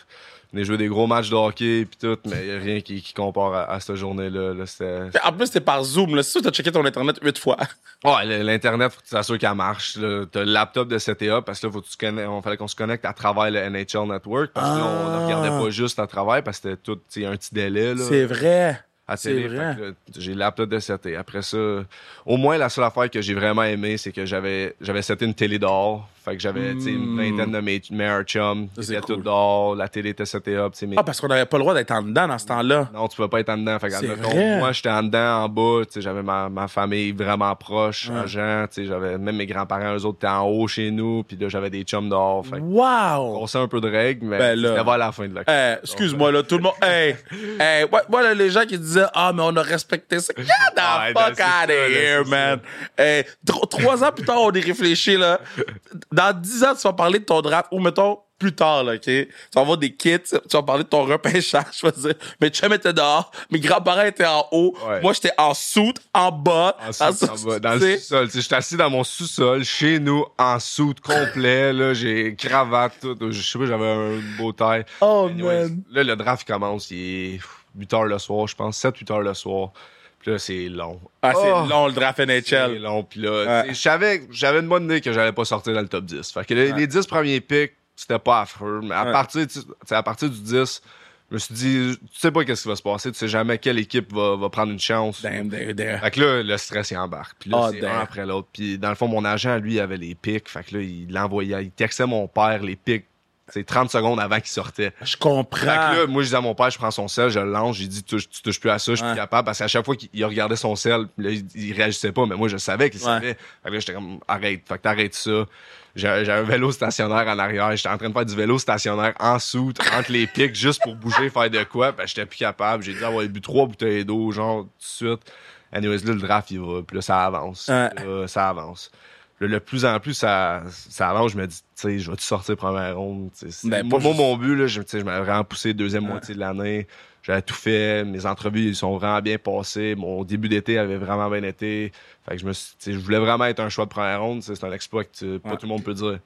S1: on a joué des gros matchs de hockey puis tout, mais il n'y a rien qui, qui compare à, à cette journée-là. là, c'était-
S3: Puis En plus, c'était par Zoom, là. C'est sûr que t'as checké ton Internet huit fois.
S1: Ouais, le- l'Internet, faut que tu t'assures qu'elle marche. là. T'as le laptop de CTA parce que là, faut que tu te connectes- on fallait qu'on se connecte à travers le NHL Network parce que là, on
S3: Ah.
S1: ne regardait pas juste à travers parce que c'était tout, tu sais, un petit délai. Là.
S3: C'est vrai.
S1: à
S3: C'est
S1: télé.
S3: vrai.
S1: Fait que là, J'ai l'aptop de 7 Après ça, au moins, la seule affaire que j'ai vraiment aimé, c'est que j'avais j'avais seté une télé dehors. Fait que j'avais tu sais, une
S3: Mm.
S1: vingtaine de mes meilleurs chums.
S3: Ça, c'est
S1: C'était tout
S3: cool.
S1: dehors. La télé était setée up. tu sais, mais-
S3: Ah, parce qu'on n'avait pas le droit d'être en dedans dans ce temps-là.
S1: Non, tu peux pas être en dedans. Fait que,
S3: C'est
S1: admettons,
S3: vrai.
S1: moi, j'étais en dedans, en bas. tu sais, J'avais ma, ma famille vraiment proche, en gens. tu sais, J'avais même mes grands-parents, eux autres, étaient en haut chez nous. Puis là, j'avais des chums dehors. Fait que
S3: Wow!
S1: on sait un peu de règles, mais
S3: Mm. Ben là.
S1: c'était vers la fin de la
S3: Eh, excuse-moi, là, tout le monde. Hey, hey, ouais, moi, là, les gens qui disaient, ah, mais on a respecté ça. Get the
S1: Ouais,
S3: fuck
S1: Ah, ben, c'est ça,
S3: out
S1: là,
S3: of here,
S1: c'est
S3: man. Hey, tro- trois ans plus tard, on y réfléchit, là. Dans dix ans, tu vas parler de ton draft, ou mettons, plus tard, là, OK? Tu vas avoir des kits, tu vas parler de ton repêchage, je veux dire. Mes chums étaient dehors, mes grands-parents étaient en haut,
S1: Ouais.
S3: moi, j'étais en soute, en bas.
S1: En soute,
S3: (laughs) en-
S1: en bas, dans le
S3: tu sais.
S1: sous-sol. Tu sais, J'étais assis dans mon sous-sol, chez nous, en soute complet. (laughs) là, j'ai cravate, tout. Je sais pas, j'avais un beau taille.
S3: Oh,
S1: Anyways,
S3: man.
S1: là, le draft il commence. Il est 8 heures le soir, je pense, 7-8 heures le soir. Puis là, c'est long.
S3: Ah, c'est
S1: Oh,
S3: long, le draft
S1: C'est
S3: NHL.
S1: long. Puis là,
S3: Ouais.
S1: tu sais, je savais- j'avais une bonne idée que j'allais pas sortir dans le top 10. Fait que les, les 10 premiers picks, c'était pas affreux. Mais à,
S3: Ouais.
S1: partir, tu sais, à partir du 10, je me suis dit, tu sais pas qu'est-ce qui va se passer. Tu sais jamais quelle équipe va, va prendre une chance.
S3: Damn, damn, damn.
S1: Fait que là, le stress, il embarque. Puis là,
S3: Ah,
S1: c'est
S3: damn.
S1: un après l'autre. Puis dans le fond, mon agent, lui, avait les pics. Fait que là, il l'envoyait, il textait mon père les pics. C'est 30 secondes avant qu'il sortait.
S3: Je
S1: Fait que
S3: comprends.
S1: là, moi, je disais à mon père, je prends son sel, je le lance, j'ai dit, Touche- tu touches plus à ça, je suis
S3: Ouais.
S1: plus capable. Parce qu'à chaque fois qu'il il regardait son sel, là, il, il réagissait pas, mais moi, je savais qu'il
S3: Ouais.
S1: savait. Fait que là, j'étais comme, arrête, fait que t'arrêtes ça. J'ai j'ai un vélo stationnaire en arrière, j'étais en train de faire du vélo stationnaire en soute, entre les pics, juste pour bouger, faire de quoi. Ben, j'étais plus capable. J'ai dû avoir bu trois bouteilles d'eau, genre, tout de suite. Anyways, là, le draft, il va, puis là, ça avance.
S3: Ouais.
S1: Là, ça avance. Puis Là, de plus en plus, ça, ça allonge. Je me dis, tu sais, je vais-tu sortir première ronde? Tu sais, c'est-
S3: Ben,
S1: moi,
S3: moi,
S1: moi,
S3: je-
S1: mon but, là, je, tu sais, je m'avais vraiment poussé deuxième moitié de l'année. J'avais tout fait. Mes entrevues, ils sont vraiment bien passées. Mon début d'été avait vraiment bien été. Fait que je me suis, tu sais, je voulais vraiment être un choix de première ronde. Tu sais, C'est un exploit que tu- pas
S3: Ouais.
S1: tout le monde peut dire.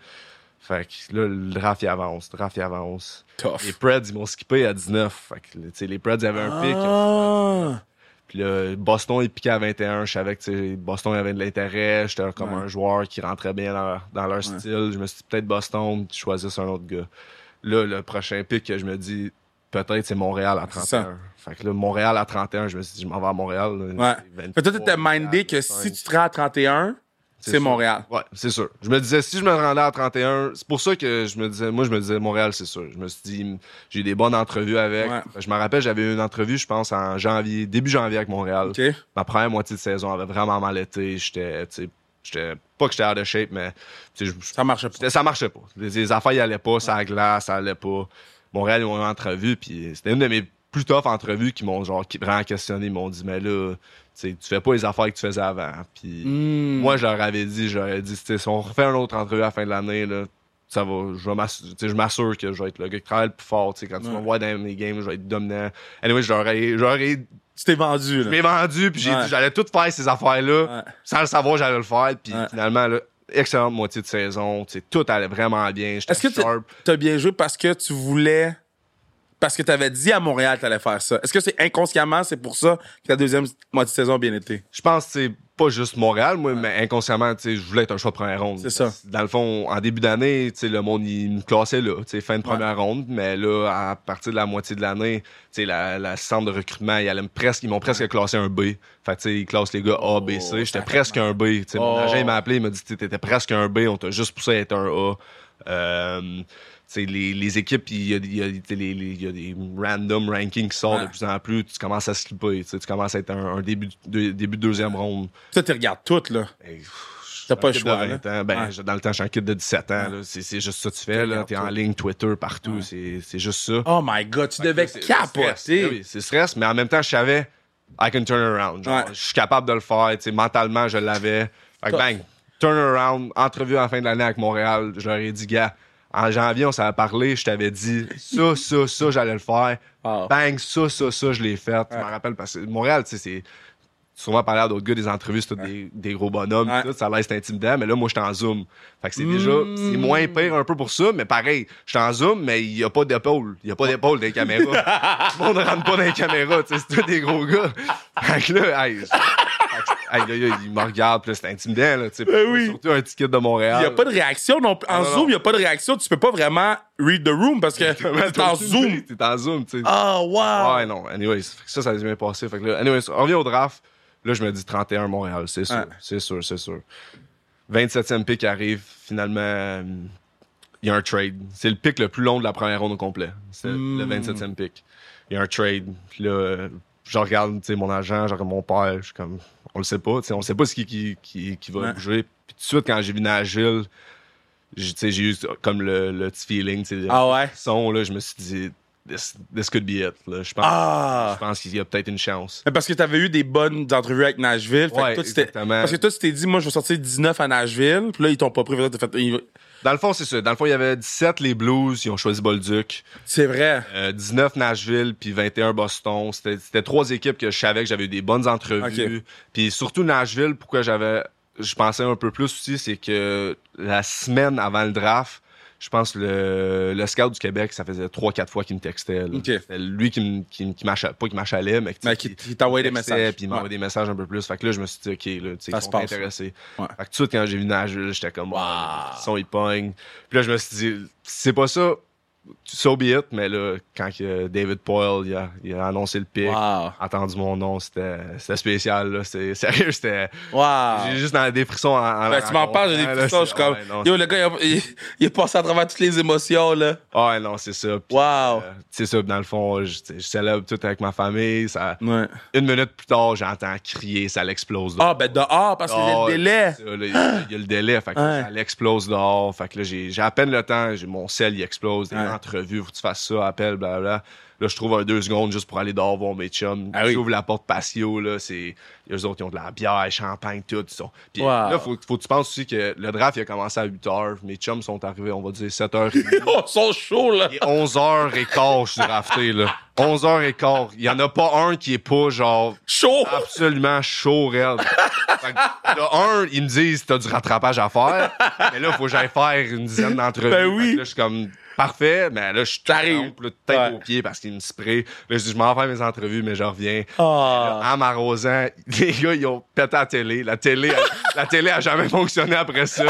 S1: Fait que là, le draft, il avance. Le draft, il avance.
S3: Tough.
S1: Les Preds, ils m'ont skippé à 19. Fait que, tu sais, les Preds avaient un pic.
S3: Ah!
S1: Puis là, Boston, il piquait à 21. Je savais que tu sais, Boston avait de l'intérêt. J'étais comme
S3: Ouais.
S1: un joueur qui rentrait bien dans leur, dans leur style. Je me suis dit, peut-être Boston, qu'ils choisissent un autre gars. Là, le prochain pic, je me dis, peut-être c'est Montréal à
S3: C'est ça.
S1: 31. Fait que là, Montréal à 31, je me suis dit, je m'en vais à Montréal.
S3: Ouais.
S1: là. C'est 23,
S3: Fait que toi, t'étais mindé
S1: 24,
S3: que
S1: 25.
S3: si tu te rends à 31, c'est
S1: sûr.
S3: Montréal.
S1: Ouais, c'est sûr. Je me disais, si je me rendais à 31, c'est pour ça que je me disais, moi, je me disais, Montréal, c'est sûr. Je me suis dit, j'ai eu des bonnes entrevues avec.
S3: Ouais.
S1: Je me rappelle, j'avais eu une entrevue, je pense, en janvier, début janvier avec Montréal.
S3: OK?
S1: Ma première moitié de saison avait vraiment mal été. J'étais, tu sais, j'étais pas que j'étais out of shape, mais tu sais, je-
S3: Ça marchait pas.
S1: c'était- ça marchait pas. Les, les affaires, y allaient pas, ça glace, ça allait pas. Montréal, ils ont eu une entrevue, puis c'était une de mes plus tough entrevues qui m'ont genre qui- vraiment questionné. Ils m'ont dit, mais là, tu sais, tu fais pas les affaires que tu faisais avant. Puis
S3: Hmm.
S1: moi, je leur avais dit, je leur ai dit, tu sais, si on refait une autre entrevue à la fin de l'année, là, ça va, je vais m'assurer- tu sais, je m'assure que je vais être le gars qui travaille le plus fort. tu sais, Quand tu vas
S3: Ouais.
S1: me voir dans mes games, je vais être dominant. Anyway, je leur ai, je leur ai
S3: Tu t'es vendu,
S1: je
S3: là.
S1: m'ai vendu, puis j'ai
S3: Ouais.
S1: dit j'allais tout faire ces affaires-là.
S3: Ouais.
S1: Sans le savoir, j'allais le faire. Puis
S3: Ouais.
S1: finalement, là, excellente moitié de saison. tu sais, Tout allait vraiment bien. J'étais
S3: Est-ce que t'es-
S1: sharp.
S3: t'as bien joué parce que tu voulais. Parce que t'avais dit à Montréal que t'allais faire ça. Est-ce que c'est inconsciemment, c'est pour ça que ta deuxième moitié de saison a bien été?
S1: Je pense que c'est pas juste Montréal, moi, mais inconsciemment, tu sais, je voulais être un choix de première ronde.
S3: C'est ça.
S1: Dans le fond, en début d'année, tu sais, le monde, il me classait là, tu sais, fin de première ronde, mais là, à partir de la moitié de l'année, tu sais, la, la centre de recrutement, ils, allaient me presque, ils m'ont presque classé un B. Fait que, tu sais, ils classent les gars A, B, C. J'étais presque un B. Tu sais, Mon
S3: Oh.
S1: agent, il m'a appelé, il m'a dit, tu étais presque un B, on t'a juste poussé à être un A. Euh, tu sais, les, les équipes, il y a, il y a- tu sais, les- les- il y a des random rankings qui sortent
S3: Ouais.
S1: de plus en plus. Tu commences à skipper. Tu sais, tu commences à être un, un début, de, début de deuxième ronde.
S3: Ça, tu regardes tout, là.
S1: Ben, pff,
S3: T'as pas
S1: un
S3: le
S1: kid
S3: choix,
S1: de 20
S3: là.
S1: ans. Ben,
S3: Ouais.
S1: je- Dans le temps, je suis un kid de 17 ans. là. C'est c'est juste ça que tu fais. là.
S3: Regarde
S1: T'es en
S3: tout.
S1: ligne, Twitter, partout. C'est c'est juste ça.
S3: Oh my god, tu devais
S1: C'est- c'est stress. Eh
S3: capoter.
S1: oui, C'est stress, mais en même temps, je savais, I can turn around. Genre,
S3: Ouais.
S1: Je suis capable de le faire. tu sais, mentalement, je l'avais. Fait que
S3: Tough.
S1: bang, turn around, entrevue en fin de l'année avec Montréal. Je leur ai dit, gars, en janvier, on s'avait parlé. Je t'avais dit, ça, ça, ça, j'allais le faire.
S3: Wow.
S1: Bang, ça, ça, ça, je l'ai fait. Je me rappelle parce que Montréal, tu sais, c'est. Souvent parler à d'autres gars des entrevues, c'est tous des, des gros bonhommes,
S3: Ouais.
S1: tout, ça a l'air c'est intimidant, mais là, moi, je suis en zoom. Fait que c'est déjà, c'est moins
S3: Hmm.
S1: pire un peu pour ça, mais pareil, je suis en zoom, mais il n'y a pas d'épaule. Il n'y a pas d'épaule des caméras.
S3: (laughs)
S1: Tout le monde rentre pas dans les caméras, tu sais, c'est tous des gros gars. Fait que là, hey, je- hey, là, là, il me regarde, puis là, c'est intimidant, là, tu sais.
S3: Ben oui.
S1: Surtout un ticket de
S3: Il
S1: Montréal. (laughs)
S3: n'y a pas de réaction. non plus. en
S1: Ah, Non, non,
S3: Zoom,
S1: non.
S3: il n'y a pas de réaction. Tu peux pas vraiment read the room
S1: (laughs)
S3: parce que t'es en Zoom.
S1: T'es en zoom, tu sais.
S3: Ah, wow.
S1: Ouais, non. Anyways, fait que ça, ça s'est bien passé. Fait que là, anyways, on revient au draft. Là, je me dis 31 Montréal, c'est sûr.
S3: Ouais.
S1: C'est sûr, c'est sûr. 27e pick arrive. Finalement, euh, il y a un trade. C'est le pick le plus long de la première ronde au complet. C'est
S3: Mm.
S1: le 27e pick. Il y a un trade. Puis là, euh, je regarde tu sais, mon agent, je regarde mon père. Je suis comme, on le sait pas. tu sais, On sait pas ce qui, qui, qui, qui va
S3: Ouais.
S1: bouger. Puis tout de suite, quand j'ai vu Nagil, j'ai tu sais, j'ai eu comme le, le petit feeling. tu sais, le
S3: Ah ouais.
S1: son, là, je me suis dit, this, this could be it. là. Je pense
S3: Ah.
S1: je pense qu'il y a peut-être une chance.
S3: Mais parce que t'avais eu des bonnes entrevues avec Nashville. Fait que
S1: Ouais,
S3: toi, tu t'es-
S1: exactement.
S3: Parce que toi, tu t'es dit, moi, je vais sortir 19 à Nashville. Puis là, ils t'ont pas pris. Fait que t'as fait, ils-
S1: Dans le fond, c'est ça. Dans le fond, il y avait 17 les Blues, ils ont choisi Bolduc,
S3: C'est vrai.
S1: Euh, 19 Nashville, puis 21 Boston. C'était c'était trois équipes que je savais que j'avais eu des bonnes entrevues. Puis surtout Nashville, pourquoi j'avais, je pensais un peu plus aussi, c'est que la semaine avant le draft, je pense le, le scout du Québec, ça faisait 3-4 fois qu'il me textait. là.
S3: Ok.
S1: C'était lui qui, me- qui, me- qui m'achalait, pas qui m'achalait, mais,
S3: Mais
S1: qui,
S3: qui qui t'envoyait des
S1: textait,
S3: messages.
S1: Puis il m'envoie des messages un peu plus. Fait que là, je me suis dit, OK, là, tu sais,
S3: Ça
S1: ils
S3: se
S1: sont
S3: passe.
S1: intéressés.
S3: Ouais.
S1: Fait que tout de suite, quand j'ai vu Nagel, j'étais comme,
S3: Wow.
S1: wow, son, il pogne. Puis là, je me suis dit, si c'est pas ça, so be it. Mais là, quand que David Poyle, il a, il a annoncé le pic,
S3: Wow.
S1: entendu mon nom, c'était c'était spécial, là. C'est (laughs) sérieux, c'était.
S3: Wow.
S1: J'ai juste dans des frissons en. en
S3: Ben,
S1: la
S3: tu m'en parles, j'ai des
S1: rencontrant,
S3: petits
S1: là,
S3: je suis comme.
S1: c'est- ouais, non,
S3: Yo, le gars, il a- il, il est passé à travers toutes les émotions, là.
S1: Ah ouais, non, c'est ça. Puis,
S3: Wow.
S1: euh, c'est ça, dans le fond, je, je célèbre tout avec ma famille. Ça...
S3: Ouais.
S1: Une minute plus tard, j'entends crier, ça l'explose.
S3: Ah, ben dehors, parce qu'il y a
S1: Ah,
S3: le délai.
S1: c'est ça, là, Il y a- il y, a le délai, fait que
S3: Ouais.
S1: ça l'explose dehors. Fait que là, j'ai j'ai à peine le temps, j'ai mon sel, il explose, des
S3: Ouais.
S1: entrevue, faut que tu fasses ça, appel, blablabla. Là, je trouve un deux secondes juste pour aller dehors voir mes chums.
S3: Ah oui.
S1: J'ouvre la porte patio, là, c'est. Eux autres, ils ont de la bière, champagne, tout. Ils sont... Puis
S3: Wow.
S1: là, faut, faut que tu penses aussi que le draft, il a commencé à 8 h. Mes chums sont arrivés, on va dire 7 h.
S3: (laughs) Ils sont chauds, là.
S1: Et 11h15, je suis drafté, là. 11h15. Il y en a pas un qui est pas, genre,
S3: Chauds.
S1: absolument chaud, raide. Fait que, de un, ils me disent, t'as du rattrapage à faire. Mais là, faut que j'aille faire une dizaine d'entrevues.
S3: Ben oui.
S1: Fait que Là, je suis comme, parfait. Mais là, je suis
S3: T'arrives.
S1: trempe, là, tête
S3: Ouais.
S1: aux pieds parce qu'ils me spraye. Là, je dis, je m'en vais faire mes entrevues, mais je reviens.
S3: Ah.
S1: Là, en m'arrosant, les gars, ils ont pété la télé. La télé, elle- la télé a jamais fonctionné après ça.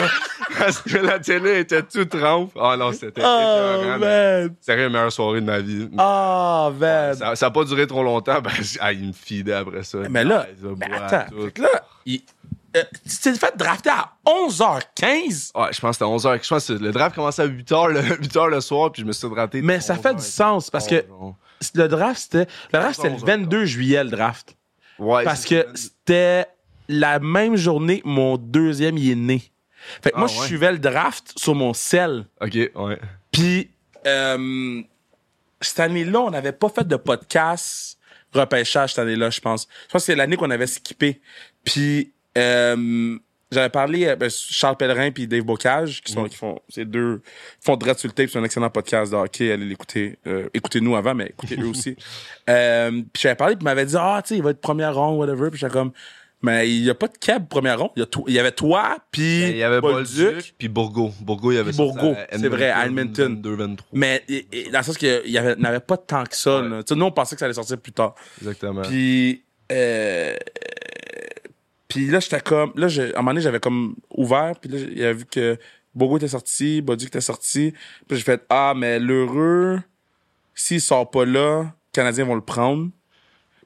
S1: Parce que la télé était toute trempe. Oh non, c'était
S3: Oh,
S1: épeurant, mais-
S3: man.
S1: Sérieux, la meilleure soirée de ma vie.
S3: Ah, man.
S1: Ça n'a pas duré trop longtemps, (laughs) ben, ah, il me fidait après ça.
S3: (laughs) Mais là,
S1: Ah, ils ont
S3: mais
S1: boire,
S3: attends,
S1: tout.
S3: fait que là, il- euh, tu t'es fait drafter à 11h15?
S1: Ouais, je pense que c'était 11h. Je pense que le draft commençait à 8h le, (laughs) 8h le soir, puis je me suis raté.
S3: Mais ça fait du sens parce que le draft, c'était le, draft, c'était le 22 juillet, le draft.
S1: Ouais,
S3: Parce
S1: c'est-
S3: que c'était la même journée que mon deuxième il est né. Fait que moi,
S1: Ah,
S3: je
S1: ouais.
S3: suivais le draft sur mon sel.
S1: Ok, ouais.
S3: Puis, euh, cette année-là, on n'avait pas fait de podcast repêchage cette année-là, je pense. Je pense que c'est l'année qu'on avait skippé. Puis, euh, j'avais parlé à Charles Pellerin puis Dave Bocage, qui, sont,
S1: Mhm.
S3: qui font ces deux font Dread sur le tape, c'est un excellent podcast de hockey. Allez l'écouter. Euh, écoutez-nous avant, mais écoutez
S1: (laughs)
S3: eux aussi. Euh, puis j'avais parlé, puis il m'avait dit Ah, tu sais, il va être première ronde, whatever. Puis j'étais comme Mais il n'y a pas de cab première ronde. Il y, a to- il y avait toi, puis.
S1: Ben, Il y avait
S3: Bolduc.
S1: Bolduc, puis Bourgo. Bourgo, il y avait
S3: Puis Bourgault,
S1: sorti à
S3: c'est vrai, à Edmonton.
S1: 2-23.
S3: Mais et- et dans le sens qu'il n'y avait, n'avait pas tant que ça.
S1: Ouais.
S3: là. Tu sais, nous, on pensait que ça allait sortir plus tard.
S1: Exactement.
S3: Puis, euh, puis là, j'étais comme. Là, je- à un moment donné, j'avais comme ouvert. Puis là, il a vu que Bogo était sorti, Bodic était sorti. Puis j'ai fait Ah, mais l'heureux, s'il sort pas là, les Canadiens vont le prendre.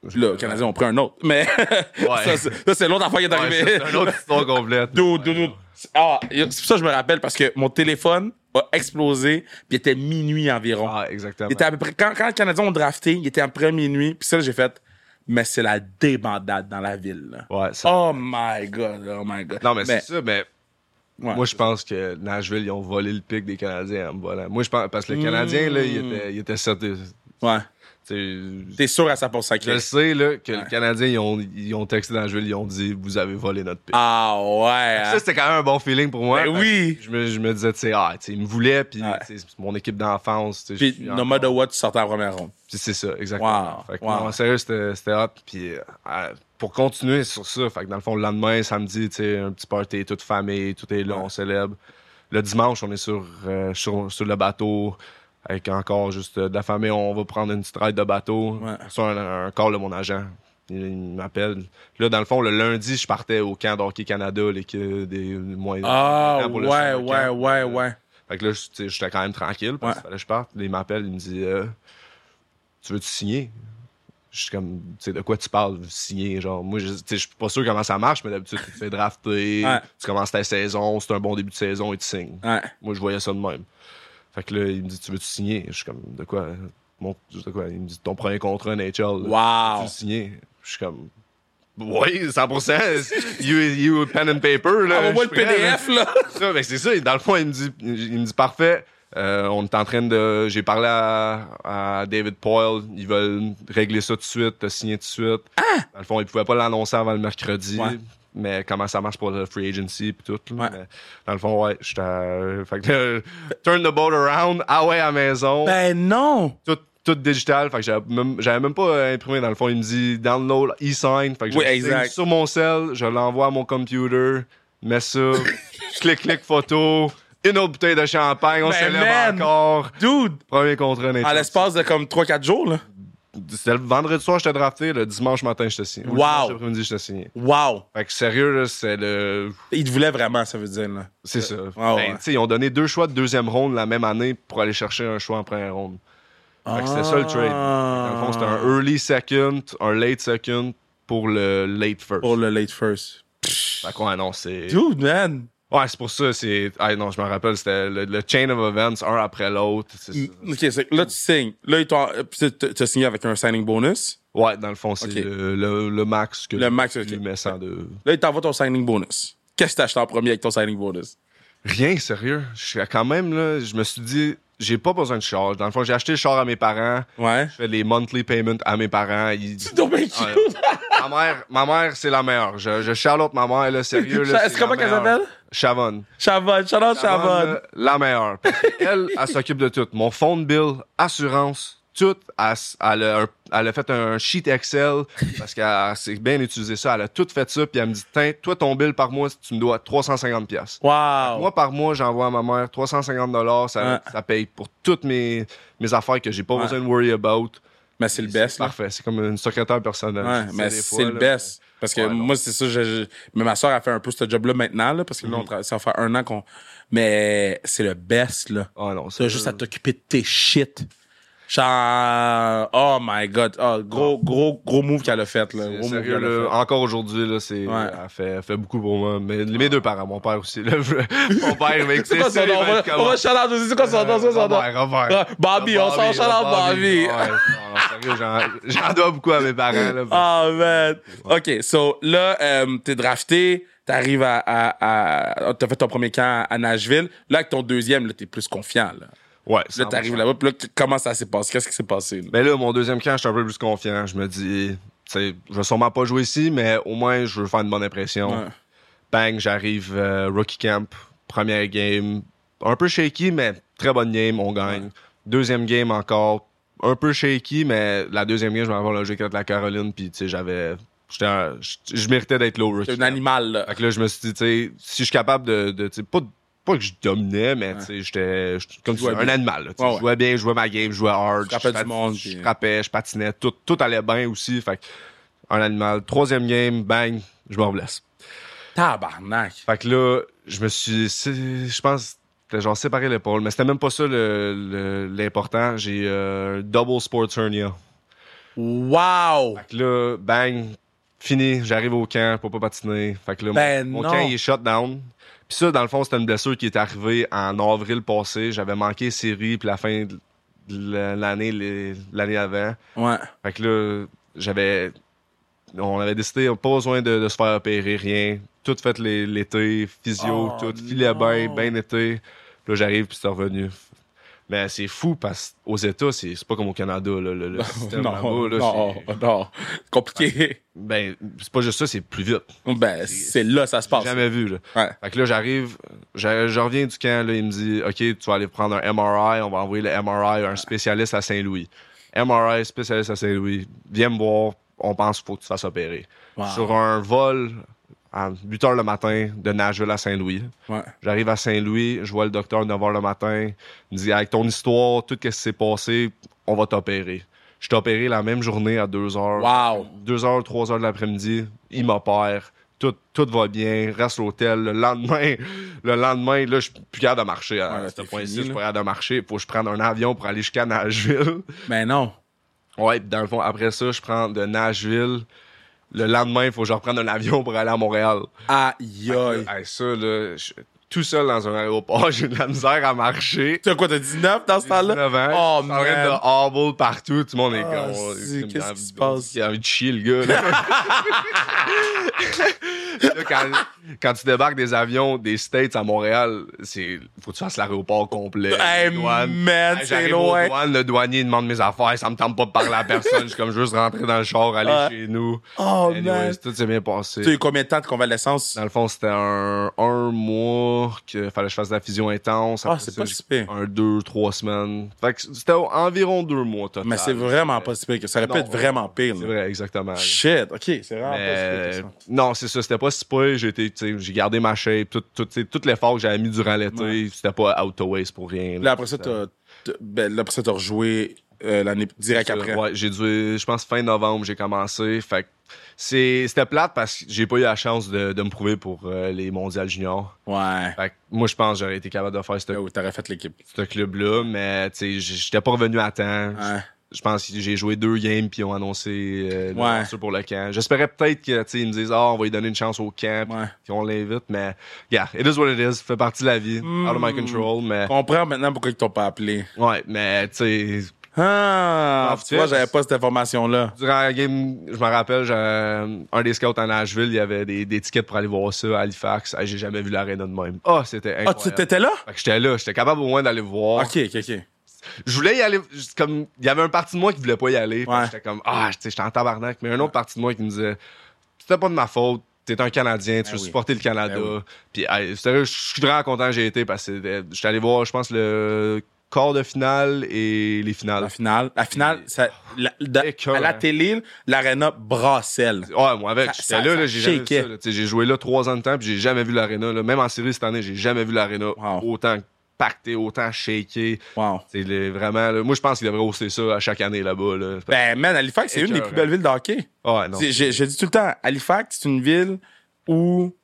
S3: Puis Là, les Canadiens ont pris un autre. Mais (laughs) ça, c'est- ça, c'est l'autre affaire qui est
S1: Ouais,
S3: arrivée.
S1: ça, c'est une autre histoire complète.
S3: (laughs) Dude, dude, dude. Ah, c'est pour ça que je me rappelle parce que mon téléphone a explosé, puis il était minuit environ.
S1: Ah, exactement.
S3: Il était à peu près, quand, quand les Canadiens ont drafté, il était à peu près minuit, puis ça, j'ai fait, mais c'est la débandade dans la ville. là.
S1: Ouais, ça-
S3: Oh my god, oh my god.
S1: Non, mais c'est ça, mais
S3: ouais.
S1: Moi, je pense que Nashville, ils ont volé le pic des Canadiens en me volant. Moi, je pense, parce que le Canadien, là, il
S3: Hmm.
S1: était, il était sorti- tu
S3: Ouais.
S1: sais, Je
S3: T'es sûr à 100% que.
S1: le sais, là, que
S3: Ouais.
S1: le Canadien, ils ont, ils ont texté Nashville, ils ont dit, vous avez volé notre pic.
S3: Ah ouais.
S1: Ça, c'était quand même un bon feeling pour moi.
S3: Ben
S1: parce
S3: oui.
S1: que Je me, je me disais, tu sais, ah, tu sais, ils me voulaient, puis
S3: Ouais.
S1: tu sais, c'est mon équipe d'enfance. tu sais, je
S3: Puis
S1: suis
S3: no
S1: encore-
S3: matter what, tu sortais en première ronde.
S1: puis c'est ça, exactement.
S3: Wow,
S1: Fait que
S3: wow.
S1: non, sérieux, c'était c'était hot. Puis euh, euh, pour continuer sur ça, fait que dans le fond, le lendemain, samedi, tu sais, un petit party, toute famille, tout est là, on célèbre. Le dimanche, on est sur, euh, sur, sur le bateau avec encore juste euh, de la famille. On va prendre une petite ride de bateau.
S3: Ouais.
S1: Sur un, un call de mon agent. Il, il m'appelle. Là, dans le fond, le lundi, je partais au camp d'Hockey Canada, l'équipe des moins.
S3: Ah
S1: pour
S3: ouais,
S1: le
S3: ouais,
S1: summer
S3: ouais,
S1: camp.
S3: ouais,
S1: Fait que là, je- tu sais, j'étais quand même tranquille parce
S3: Ouais.
S1: que fallait que je parte. Là, il m'appelle, il me dit euh, Tu veux-tu signer Je suis comme Tu sais, de quoi tu parles, signer Genre, moi, je tu sais, je suis pas sûr comment ça marche, mais d'habitude, tu te fais drafter,
S3: Ouais.
S1: tu commences ta saison, c'est un bon début de saison et tu signes.
S3: Ouais.
S1: Moi, je voyais ça de même. Fait que là, il me dit Tu veux-tu signer Je suis comme De quoi Mon- de quoi? Il me dit Ton premier contrat NHL. Tu
S3: Wow.
S1: veux signer Je suis comme Oui, 100%. (laughs) you, you pen and paper. là.
S3: Envoie-moi
S1: Je
S3: Ah,
S1: suis prêt,
S3: le
S1: là. (laughs)
S3: PDF, là.
S1: Ça, ben, c'est ça. Et Dans le fond, il me dit, il me dit parfait. euh, on est en train de. J'ai parlé à, à David Poyle. Ils veulent régler ça tout de suite, te signer tout de suite. Dans le fond, ils pouvaient pas l'annoncer avant le mercredi.
S3: Ah! Ouais.
S1: Mais comment ça marche pour le free agency puis tout. là.
S3: Ouais.
S1: Mais dans le fond, ouais, j'étais. à- Fait que (laughs) là, turn the boat around, ah ouais à la maison
S3: Ben non.
S1: tout, tout digital. Fait que j'avais même, j'avais même pas euh, imprimé. Dans le fond, il me dit download, e-sign. Fait que je
S3: Oui,
S1: le signe
S3: exact.
S1: sur mon cell, je l'envoie à mon computer, mets
S3: (laughs)
S1: ça, clic, clic, photo, une autre bouteille de champagne, on
S3: Ben,
S1: s'élève
S3: man. Ah,
S1: encore.
S3: Dude,
S1: Premier contrat
S3: en
S1: nature.
S3: l'espace de comme 3-4 jours, là.
S1: C'était le vendredi soir, j'étais drafté, le dimanche matin, j'étais signé. Ou le
S3: Wow.
S1: dimanche après-midi, j'étais signé.
S3: Wow.
S1: Fait que sérieux, là, c'est le.
S3: Il te voulait vraiment, ça veut dire, là.
S1: C'est ça.
S3: Ah, ouais,
S1: Ben,
S3: ouais.
S1: tu sais, Ils ont donné deux choix de deuxième ronde la même année pour aller chercher un choix en première ronde. Fait que c'était ça le trade.
S3: Ah.
S1: Dans le fond, c'était un E. early second, un late second pour le late first.
S3: Pour le late first.
S1: Fait que ouais, non, c'est.
S3: Dude, man.
S1: Ouais, c'est pour ça, c'est. Ah non, je me rappelle, c'était le, le chain of events, un après l'autre. c'est Mm. ça.
S3: Mm, Ok, c'est que là, tu signes. Là, ils t'ont- euh, puis tu tu as signé avec un signing bonus.
S1: Ouais, dans le fond, c'est
S3: Ok.
S1: le, le- le max que.
S3: Le max, ok.
S1: Tu mets sans de.
S3: Là, ils t'envoient ton signing bonus. Qu'est-ce que t'as acheté en premier avec ton signing bonus?
S1: Rien, sérieux. Je suis quand même, là, je me suis dit, j'ai pas besoin de char. Dans le fond, j'ai acheté le char à mes parents.
S3: Ouais. (laughs)
S1: Je fais les monthly payments à mes parents. Ils-
S3: C'est donc bien cute.
S1: Ouais. ma mère, ma mère, c'est la meilleure. Je, je charlotte ma mère, là,
S3: (laughs)
S1: sérieux. Là,
S3: Cha-
S1: c'est
S3: c'est comment
S1: la
S3: qu'elle
S1: meilleure.
S3: s'appelle?
S1: Chavonne.
S3: Chavonne, Chavonne,
S1: Chavonne,
S3: Chavonne.
S1: là, La meilleure. Parce que Elle, elle s'occupe de tout. Mon phone bill, assurance, tout. Elle, s- elle a, un- elle a fait un sheet Excel parce qu'elle sait bien utiliser ça. Elle a tout fait ça. Puis elle me dit, tiens, toi, ton bill par mois, tu me dois 350$. piastres.
S3: Wow.
S1: Moi, par mois, j'envoie à ma mère 350 dollars, ça,
S3: Ouais.
S1: ça paye pour toutes mes, mes affaires que j'ai pas
S3: Ouais.
S1: besoin de worry about.
S3: Mais c'est le best, là.
S1: Parfait, c'est comme une secrétaire personnelle.
S3: Ouais,
S1: Je dis ça des
S3: mais c'est
S1: fois,
S3: le
S1: là.
S3: best. Parce que
S1: Ouais, non.
S3: moi, c'est ça, je, je- mais ma soeur a fait un peu ce job-là maintenant, là, parce que nous,
S1: Mm.
S3: on travaille- ça fait un an qu'on. Mais c'est le best, là.
S1: Ah non, c'est
S3: T'as juste à t'occuper de tes shit. Genre, oh my god. Oh, gros, gros, gros move qu'elle a fait, là.
S1: c'est
S3: Gros move
S1: Sérieux,
S3: qu'elle
S1: là,
S3: a fait.
S1: encore aujourd'hui, là, c'est, euh,
S3: Ouais.
S1: elle fait, elle fait beaucoup pour moi. Mais les- mes deux parents, mon père aussi. Là, (laughs) mon père, mec,
S3: (laughs) C'est quoi son nom? On va- On va shout out aussi. C'est quoi
S1: euh,
S3: son nom? C'est quoi son nom?
S1: Robert, Robert.
S3: Ouais, Bobby, on s'en shout out Bobby.
S1: Ouais, non, sérieux, j'en, j'en dois beaucoup à mes parents. Là,
S3: Oh man. OK, so là, euh, t'es drafté, t'arrives à, à, à- T'as fait ton premier camp à Nashville. Là, avec ton deuxième, là, t'es plus confiant, là.
S1: Ah, ouais,
S3: Là, t'arrives
S1: 100%.
S3: là-bas, puis là, qu- comment ça s'est passé? Qu'est-ce qui s'est passé? là?
S1: Mais là, mon deuxième camp, je suis un peu plus confiant. Je me dis, tu sais, je vais sûrement pas jouer ici, mais au moins, je veux faire une bonne impression.
S3: Ouais.
S1: Bang, j'arrive euh, rookie camp, première game, un peu shaky, mais très bonne game, on gagne. Deuxième game encore, un peu shaky, mais la deuxième game, je vais avoir le jeu contre la Caroline, puis tu sais, j'avais, j'étais, un- je je méritais d'être là au rookie
S3: T'es un
S1: camp.
S3: animal, là.
S1: Fait que là, je me suis dit, tu sais, si je suis capable de. de, tu sais, pas, pas que je dominais, mais tu sais, j'étais. j'étais Comme tu
S3: jouais
S1: dis, un
S3: bien.
S1: animal. là, tu sais.
S3: Ouais, ouais.
S1: Je jouais bien, je jouais ma game, je jouais hard.
S3: Tu frappais
S1: je
S3: du monde,
S1: Je
S3: puis- euh.
S1: frappais, je patinais, tout, tout allait bien aussi. Fait que, un animal. Troisième game, bang, je me blesse.
S3: Tabarnak.
S1: Fait que là, je me suis. c'est- Je pense. C'était genre séparé l'épaule, mais c'était même pas ça le- le- l'important. J'ai euh, double sports hernia.
S3: Wow!
S1: Fait que là, bang, fini, j'arrive au camp pour pas patiner. Fait que là, mon-
S3: Ben
S1: mon,
S3: non.
S1: camp, il est shut down. Puis ça, dans le fond, c'était une blessure qui est arrivée en avril passé. J'avais manqué série, puis la fin de l- l'année les- l'année avant.
S3: Ouais.
S1: Fait que là, j'avais... On avait décidé, pas besoin de, de se faire opérer, rien. Tout fait les- l'été, physio,
S3: Oh,
S1: tout, filet
S3: non.
S1: bien, bien été. Puis là, j'arrive, puis c'est revenu. Mais c'est fou, parce qu'aux États, c'est c'est pas comme au Canada, là, le, le
S3: (laughs)
S1: système
S3: non,
S1: là-bas, là,
S3: non,
S1: c'est-
S3: non. Compliqué.
S1: ben, c'est pas juste ça, c'est plus vite.
S3: Ben, c'est là, ça se
S1: J'ai
S3: passe.
S1: jamais vu, là.
S3: Ouais.
S1: Fait que là, j'arrive, je, je reviens du camp, là, il me dit, OK, tu vas aller prendre un MRI, on va envoyer le MRI à un spécialiste à Saint-Louis. MRI, spécialiste à Saint-Louis, viens me voir, on pense qu'il faut que tu te fasses opérer.
S3: Wow.
S1: Sur un vol à 8 h le matin de Nashville à Saint-Louis.
S3: Ouais.
S1: J'arrive à Saint-Louis, je vois le docteur 9 h le matin. Il me dit Avec ton histoire, tout ce qui s'est passé, on va t'opérer. Je t'ai opéré la même journée à 2 h.
S3: Wow.
S1: 2 h, 3 h de l'après-midi, il m'opère. Tout, tout va bien, reste à l'hôtel. Le lendemain, le lendemain, là, je suis plus capable de marcher.
S3: Ouais,
S1: À ce
S3: t'es
S1: point-ci,
S3: fini,
S1: je suis
S3: là.
S1: pas capable de marcher. Faut que je prenne un avion pour aller jusqu'à Nashville. (laughs)
S3: Ben non.
S1: Ouais, puis dans le fond, après ça, je prends de Nashville. Le lendemain, il faut que je reprenne un avion pour aller à Montréal.
S3: Aïe, aïe.
S1: Hey, ça, là, je- tout seul dans un aéroport, (laughs) j'ai de la misère à marcher.
S3: Tu as quoi, t'as 19 dans ce temps-là?
S1: 19 ans,
S3: Oh,
S1: je suis en train
S3: man.
S1: de hobble partout, tout le monde est
S3: Ah,
S1: comme...
S3: c'est-
S1: c'est comme-
S3: qu'est-ce qui se passe?
S1: Il a envie de chier, le gars.
S3: (laughs)
S1: Là. Là, quand, quand tu débarques des avions des States à Montréal, c'est faut que tu fasses l'aéroport complet.
S3: Hey,
S1: les douanes.
S3: man,
S1: Hey,
S3: c'est
S1: j'arrive aux
S3: loin.
S1: douanes, le douanier demande mes affaires, ça me tente pas de parler à personne, je suis comme juste rentrer dans le char, aller
S3: Ouais.
S1: chez nous.
S3: Ah. Oh, man.
S1: Anyways, tout s'est bien passé.
S3: Tu as eu combien de temps de convalescence?
S1: Dans le fond, c'était un, un mois qu'il fallait que je fasse de la fusion intense.
S3: Ah,
S1: Après
S3: c'est
S1: ça,
S3: pas
S1: j'ai-
S3: si pire.
S1: Un, deux, trois semaines. Fait que c'était environ deux mois total.
S3: Mais c'est vraiment pas si pire que ça. Ça aurait pu
S1: Non,
S3: être vraiment pire.
S1: C'est
S3: là.
S1: vrai, exactement.
S3: Shit, ok, c'est vraiment pas
S1: Mais- euh,
S3: si pire que ça.
S1: non, c'est ça, c'était pas si pire. J'ai été, tu sais, j'ai gardé ma shape, tout, tout, tu sais, tout l'effort que j'avais mis durant l'été,
S3: Ouais.
S1: c'était pas out of waste pour rien.
S3: Là, après ça, t'as, t'as- ben, là, après ça, t'as rejoué euh, l'année direct après.
S1: Ouais, j'ai dû, je pense, fin novembre, j'ai commencé. Fait que c'est- c'était plate parce que j'ai pas eu la chance de, de me prouver pour euh, les mondiales juniors.
S3: Ouais.
S1: Fait que moi, je pense que j'aurais été capable de faire cette
S3: Là où t'aurais fait l'équipe.
S1: ce club-là, mais tu sais, j- j'étais pas revenu à temps.
S3: Ouais.
S1: Je pense que j'ai joué deux games puis ils ont annoncé euh, le
S3: Ouais.
S1: lanceur pour le camp. J'espérais peut-être que tu sais, ils me disent ah on va lui donner une chance au camp
S3: Ouais.
S1: puis on l'invite, mais yeah, it is what it is, fait partie de la vie, out
S3: Mm.
S1: of my control, mais
S3: Comprends maintenant pourquoi ils t'ont pas appelé.
S1: ouais, mais tu sais,
S3: Ah!
S1: En
S3: tu vois,
S1: fait,
S3: j'avais pas cette information-là.
S1: durant la game, je me rappelle, j'ai- un des scouts à Nashville, il y avait des, des tickets pour aller voir ça à Halifax. Hey, J'ai jamais vu l'aréna de même. Ah, c'était
S3: Ah,
S1: incroyable.
S3: tu t'étais là?
S1: Fait que j'étais là, j'étais capable au moins d'aller voir.
S3: Ok, ok, ok.
S1: je voulais y aller. juste Comme, il y avait un parti de moi qui voulait pas y aller. puis
S3: Ouais.
S1: J'étais comme, ah, tu sais, j'étais en tabarnak. Mais un autre parti de moi qui me disait, c'était pas de ma faute. T'es un Canadien, tu veux
S3: oui.
S1: supporter le Canada.
S3: Ben oui.
S1: Puis, hey, sérieux, je suis vraiment content que j'ai été parce que euh, j'étais allé voir, je pense, le quart de finale et les finales.
S3: La finale, la finale, ça, la- de-
S1: Écœurant.
S3: à la télé, l'aréna brasselle.
S1: Ouais, moi avec.
S3: Ça-
S1: J'étais
S3: ça-
S1: là,
S3: ça
S1: là, j'ai jamais vu
S3: shakeait.
S1: ça. là. Tu sais, J'ai joué là trois ans de temps, puis j'ai jamais vu l'aréna. là. Même en série cette année, j'ai jamais vu l'aréna
S3: Wow.
S1: autant pacté, autant shaké.
S3: Wow.
S1: C'est le- vraiment. là, moi, je pense qu'ils devraient hausser ça à chaque année là-bas. Là.
S3: Ben, man, Halifax, c'est une des
S1: Écœurant.
S3: plus belles villes de hockey.
S1: Ouais, euh, non.
S3: C'est- Je, je dis tout le temps, Halifax, c'est une ville où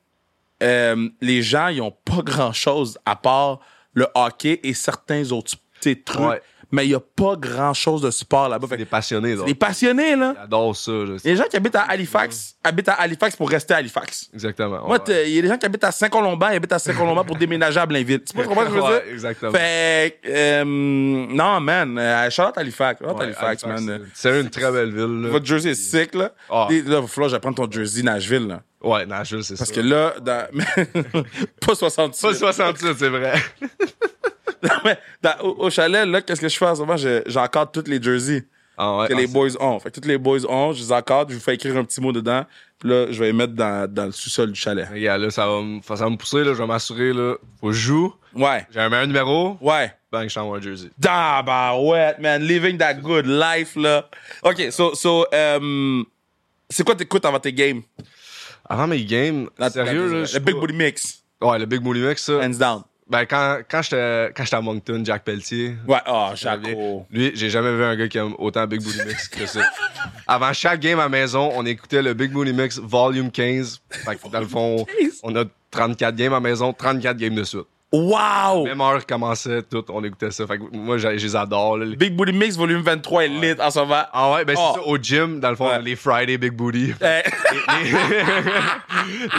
S3: euh, les gens, ils ont pas grand-chose à part le hockey et certains autres tu sais, trucs.
S1: Ouais.
S3: Mais il y a pas grand-chose de sport là-bas. Fait
S1: Des
S3: que
S1: passionnés, là.
S3: Les passionnés, là.
S1: J'adore ça. là.
S3: Les gens qui habitent à Halifax
S1: Mm.
S3: habitent à Halifax pour rester à Halifax.
S1: Exactement.
S3: Moi,
S1: ouais.
S3: t'es- il y a des gens qui habitent à Saint-Colomban, ils habitent à Saint-Colomban pour déménager à Blainville. Tu comprends ce que je veux
S1: Ouais,
S3: dire?
S1: exactement.
S3: Fait que, euh, non, man. Euh, shout out Halifax. Shout out
S1: Ouais,
S3: Halifax, man.
S1: c'est- C'est une très belle ville. Là.
S3: Votre jersey est sick, là.
S1: Ah.
S3: Des- Là, il va falloir que j'apprenne ton jersey Nashville, là.
S1: Ouais, Nashville, c'est ça.
S3: Parce que là, dans... (laughs) pas 66.
S1: Pas 68, c'est vrai.
S3: mais dans- au, au chalet, là, qu'est-ce que je fais en ce moment? Je- J'encadre toutes les jerseys
S1: (laughs) Ah, ouais,
S3: que
S1: ah,
S3: les
S1: c'est-
S3: boys ont. Fait que toutes les boys ont, je les encadre, je vous fais écrire un petit mot dedans. Puis là, je vais les mettre dans, dans le sous-sol du chalet.
S1: Regarde, là, ça va me ça va me pousser. Là, je vais m'assurer. là. Faut que je joue.
S3: Ouais,
S1: J'ai un meilleur numéro.
S3: ouais.
S1: Bang, je t'envoie un jersey.
S3: Tabarouette, man. Living that good life, là. OK, so, so euh, c'est quoi t'écoutes avant tes games?
S1: Avant mes games,
S3: Dans-
S1: sérieux,
S3: dans-
S1: là, je
S3: Le
S1: suis
S3: Big
S1: pas-
S3: Booty Mix,
S1: Ouais, le Big Moody Mix, ça.
S3: hands down.
S1: Ben, quand, quand j'étais quand j'étais à Moncton, Jack Pelletier.
S3: Ouais, oh,
S1: Lui,
S3: Jaco.
S1: Lui, j'ai jamais vu un gars qui aime autant Big Booty Mix que
S3: (laughs)
S1: ça. Avant chaque game à la maison, on écoutait le Big Booty Mix Volume 15. Fait que dans le fond,
S3: 15.
S1: on a 34 games à la maison, 34 games de suite.
S3: Oh. Wow!
S1: Même heure commençait, tout, on écoutait ça. Fait que moi, j'ai- je les adore. là.
S3: Big Booty Mix volume 23 est lit en ce moment.
S1: Ah ouais, ben c'est
S3: Oh.
S1: ça, au gym, dans le fond,
S3: Ouais.
S1: les Friday Big
S3: (laughs)
S1: Booty.
S3: Eh,
S1: les,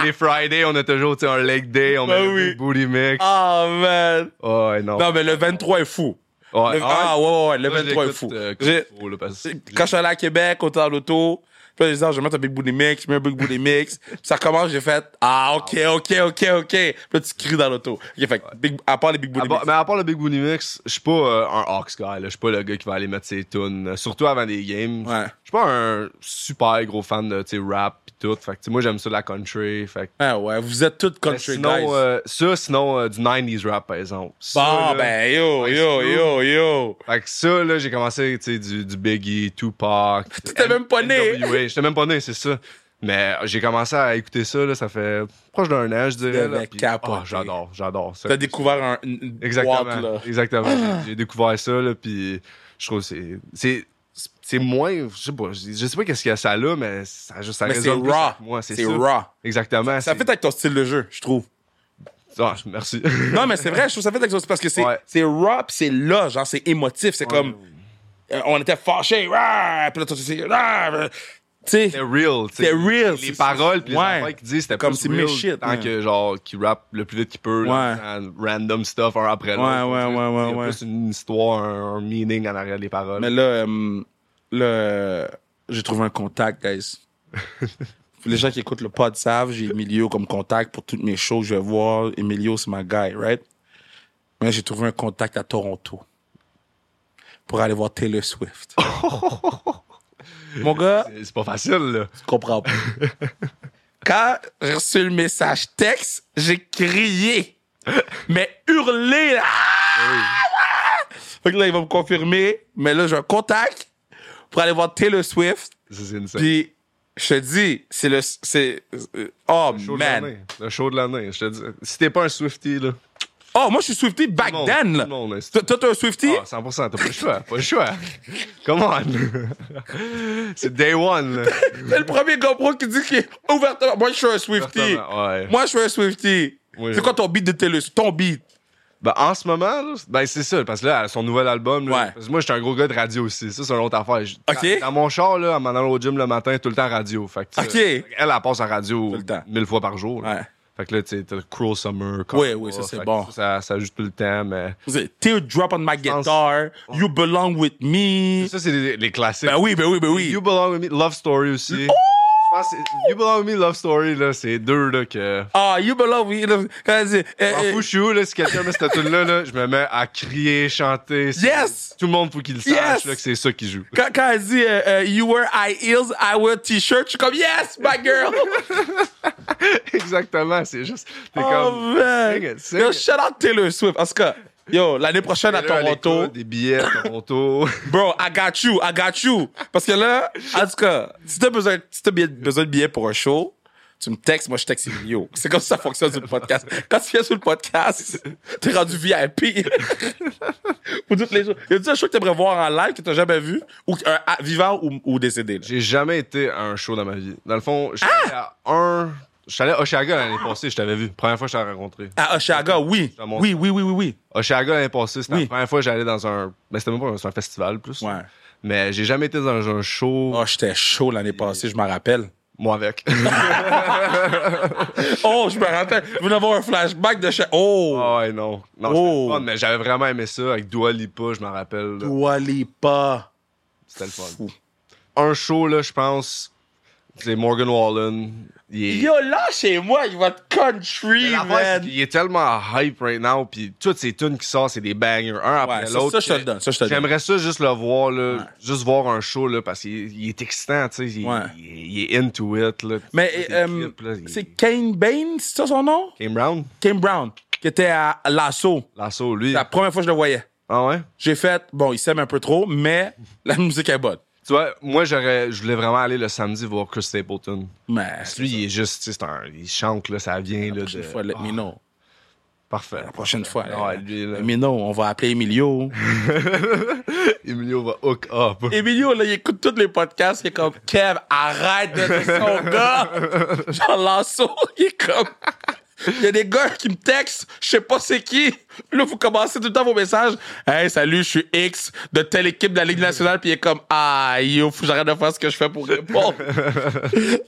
S1: les Friday, on a toujours tu sais, un leg day, on
S3: Ben
S1: met
S3: oui.
S1: le Big Booty Mix.
S3: oh man!
S1: Oh, ouais, non.
S3: Non, mais le 23 est fou.
S1: Ouais,
S3: Le-
S1: ah
S3: ah ouais, ouais, ouais, le
S1: Moi, je
S3: 23 est
S1: l'écoute,
S3: fou.
S1: euh,
S3: J'ai-
S1: quand il faut, là, parce que-
S3: quand je suis allé à Québec, au temps de l'auto, puis là, j'ai dit, Ah, je vais mettre un Big Booty Mix, je mets un Big Booty Mix. Puis ça commence, j'ai fait, ah, ok, ok, ok, ok. Puis là, tu cries dans l'auto. Ok, fait que Big- à part les Big
S1: À
S3: Booty
S1: part-
S3: Mix.
S1: Ah mais à part le Big Booty Mix, je suis pas euh, un Hawks guy. là. Je suis pas le gars qui va aller mettre ses tunes, euh, surtout avant des games.
S3: Ouais.
S1: Je suis pas un super gros fan de tu sais, rap pis tout. Fait que, tu sais, moi, j'aime ça de la country. Fait que-
S3: Ah ouais, vous êtes toutes
S1: Mais
S3: country guys.
S1: sinon, euh, ça, sinon euh, du 90s rap, par exemple. Ça,
S3: bon,
S1: là-
S3: ben, yo, yo, yo, yo.
S1: Fait que ça, là, j'ai commencé, tu sais, du, du Biggie, Tupac.
S3: (laughs) T'étais même pas né.
S1: NWA. J'étais même pas né, c'est ça. Mais euh, j'ai commencé à écouter ça, là, ça fait proche d'un an, je dirais. là,
S3: devais
S1: puis-
S3: capoter.
S1: Ah, j'adore, j'adore ça.
S3: T'as découvert un, une une
S1: Exactement.
S3: boîte, là. Ah.
S1: Exactement. J'ai- J'ai découvert ça, là, puis je trouve que c'est- c'est. C'est moins. Je sais pas, je je sais pas qu'est-ce qu'il y a ça là, mais ça, ça
S3: Mais c'est
S1: résonne plus
S3: raw.
S1: avec moi.
S3: C'est
S1: ça.
S3: raw.
S1: Exactement.
S3: Ça
S1: c'est-
S3: fait avec ton style de jeu,
S1: (coughs)
S3: je trouve.
S1: Ah, merci. (laughs)
S3: Non, mais c'est vrai, je trouve ça fait quelque chose parce que c'est
S1: Ouais.
S3: c'est raw, pis c'est là, genre, c'est émotif. C'est comme. euh, on était fâchés, rah, pis là, tout de suite, rah, euh, tu sais.
S1: C'était real. tu sais.
S3: C'était real,
S1: Les
S3: c'est-
S1: paroles, puis les
S3: ouais.
S1: affaires qu'ils disent, c'était
S3: Comme
S1: plus
S3: c'est
S1: real
S3: mes shit,
S1: Tant
S3: ouais.
S1: que, genre, qu'ils rappe le plus vite qu'ils peut, là, en random stuff, un après l'autre.
S3: ouais,
S1: Tu sais,
S3: ouais, ouais,
S1: Il y a
S3: ouais.
S1: plus une histoire, un, un meaning en arrière des paroles.
S3: Mais là, euh, là, euh, j'ai trouvé un contact, (laughs) guys. Les gens qui écoutent le pod savent, j'ai Emilio comme contact pour toutes mes shows. Je vais voir, Emilio, c'est ma guy, right? Mais j'ai trouvé un contact à Toronto pour aller voir Taylor Swift. Mon gars,
S1: (laughs) C'est- C'est pas facile, là.
S3: Je comprends pas. (laughs) Quand j'ai reçu le message texte, j'ai crié. Mais hurlé, là. Fait que là, il va me confirmer. Mais là, j'ai un contact pour aller voir Taylor Swift.
S1: C'est c'est une
S3: Puis, je te dis, c'est le. C'est. euh, Oh,
S1: show de
S3: man.
S1: l'année. Le show de l'année, je te dis. Si t'es pas un Swifty, là.
S3: Oh, moi, je suis Swifty back
S1: Tout le monde,
S3: then, là.
S1: tout le monde est-
S3: Toi, toi, t'es un Swifty?
S1: Ah, 100%, t'as pas le choix, pas le
S3: (laughs)
S1: choix. Come on. C'est day one. là.
S3: T'es le premier GoPro qui dit qu'il est ouvertement. Moi, je suis un Swifty.
S1: Ouvertement, ouais.
S3: Moi, je suis un Swifty.
S1: Oui,
S3: c'est
S1: je-
S3: quoi ton beat de Taylor Swift? Ton beat.
S1: Ben, en ce moment, là, ben, c'est ça, parce que là, son nouvel album, là,
S3: Ouais.
S1: parce que moi, j'étais un gros gars de radio aussi. Ça, c'est une autre affaire. Je-
S3: Ok.
S1: Dans, dans mon char, là, en m'en allant au gym le matin, tout le temps radio. Fait que, tu
S3: Ok.
S1: sais, Elle, elle passe en radio
S3: le temps.
S1: mille fois par jour. là.
S3: Ouais.
S1: Fait que là, tu sais, t'as Cruel Summer.
S3: Oui,
S1: Cocktail,
S3: oui, ça, c'est
S1: fait que
S3: bon.
S1: Ça, ça, ça joue tout le temps, mais.
S3: C'est Teardrop on my guitar,
S1: Oh.
S3: You belong with me.
S1: Ça, c'est les, les classiques.
S3: Ben oui, Oh! ben oui, ben oui.
S1: You Belong With Me, Love Story aussi. pense que c'est- You Belong With Me, Love Story, là, c'est deux, là, que.
S3: Ah, you belong, oui. là, Quand elle dit, eh,
S1: M'en
S3: eh,
S1: fous, je suis où, là, si quelqu'un met cette tune là là, je me mets à crier, chanter. C'est-
S3: Yes!
S1: Tout le monde faut qu'il le sache,
S3: Yes!
S1: là, que c'est ça
S3: (laughs)
S1: qui joue.
S3: quand, quand elle dit, euh, euh, you wear high heels, I wear t-shirt, je suis comme, yes, my
S1: (laughs)
S3: girl!
S1: Exactement, c'est juste. T'es
S3: oh,
S1: comme.
S3: man!
S1: Sing it, sing
S3: Yo,
S1: it.
S3: shout out Taylor Swift. En tout cas, yo, l'année prochaine à
S1: Là, à l'écoute,
S3: Toronto,
S1: Des billets à
S3: (laughs)
S1: Toronto.
S3: Bro, I got you, I got you. Parce que là, en tout cas, si t'as besoin, si t'as bien- besoin de billets pour un show, tu me textes, moi je texte Emilio. C'est comme ça que ça fonctionne sur le podcast. Quand tu viens sur le podcast, t'es rendu VIP. Pour toutes les choses. Y a-tu un show que t'aimerais voir en live que t'as jamais vu? Ou un ah, vivant ou, ou décédé? là?
S1: J'ai jamais été à un show dans ma vie. Dans le fond, je suis allé
S3: Ah!
S1: à un. Je suis allé à Oshaga l'année passée, je t'avais vu. Première fois que je t'ai rencontré.
S3: À Oshaga, oui.
S1: Ça monte.
S3: Oui, oui, oui, oui, oui.
S1: Oshaga l'année passée, c'était
S3: Oui.
S1: la première fois que j'allais dans un. Mais c'était même pas un, c'est un festival plus.
S3: Ouais.
S1: Mais j'ai jamais été dans un show,
S3: Oh, j'étais chaud l'année passée, je m'en rappelle.
S1: moi avec.
S3: Oh, je me rappelle. Je viens d'avoir un flashback de chez. Oh!
S1: (laughs) Ah ouais, non. Non,
S3: Oh.
S1: c'était le fun, mais j'avais vraiment aimé ça avec Dua Lipa, je m'en rappelle. là.
S3: Dua Lipa.
S1: C'était le fun.
S3: Fou.
S1: Un show, là, je pense, c'est Morgan Wallen. Il est,
S3: Yo, là, chez moi, il va être country,
S1: Mais l'affaire, c'est
S3: man.
S1: qu'il est tellement hype right now, puis toutes ces tunes qui sortent, c'est des bangers, un après
S3: Ouais, ça,
S1: l'autre.
S3: ça, je te le donne, ça, je te le
S1: J'aimerais ça juste le voir, là,
S3: Ouais.
S1: juste voir un show, là, parce qu'il il est excitant, tu sais. Il,
S3: Ouais.
S1: il- il est into it, là.
S3: Mais
S1: Des
S3: euh,
S1: clips, là, il-
S3: c'est Kane Bain, c'est ça son nom?
S1: Came Brown,
S3: Kane Brown, qui était à Lasso.
S1: Lasso, lui.
S3: C'est la première fois que je le voyais.
S1: Ah ouais?
S3: J'ai fait, bon, il s'aime un peu trop, mais (laughs) la musique est bonne.
S1: Tu vois, moi, j'aurais, je voulais vraiment aller le samedi voir Chris Stapleton.
S3: Mais
S1: Parce que Lui, il est juste, tu sais, c'est un, il chante, là, ça vient,
S3: la
S1: là.
S3: prochaine
S1: de-
S3: fois, let
S1: Ah,
S3: me know.
S1: Parfait.
S3: La prochaine fois.
S1: Ah,
S3: let-
S1: lui, là.
S3: let me know, on va appeler Emilio.
S1: (laughs) Emilio va hook up.
S3: Emilio, là, il écoute tous les podcasts, il est comme, Kev, arrête de dire son gars. Genre, Lasso, il est comme, il y a des gars qui me textent, je sais pas c'est qui. Là, vous commencez tout le temps vos messages. Hey, salut, je suis X de telle équipe de la Ligue nationale, puis il est comme, ah, yo, faut que j'arrête de faire ce que je fais pour répondre.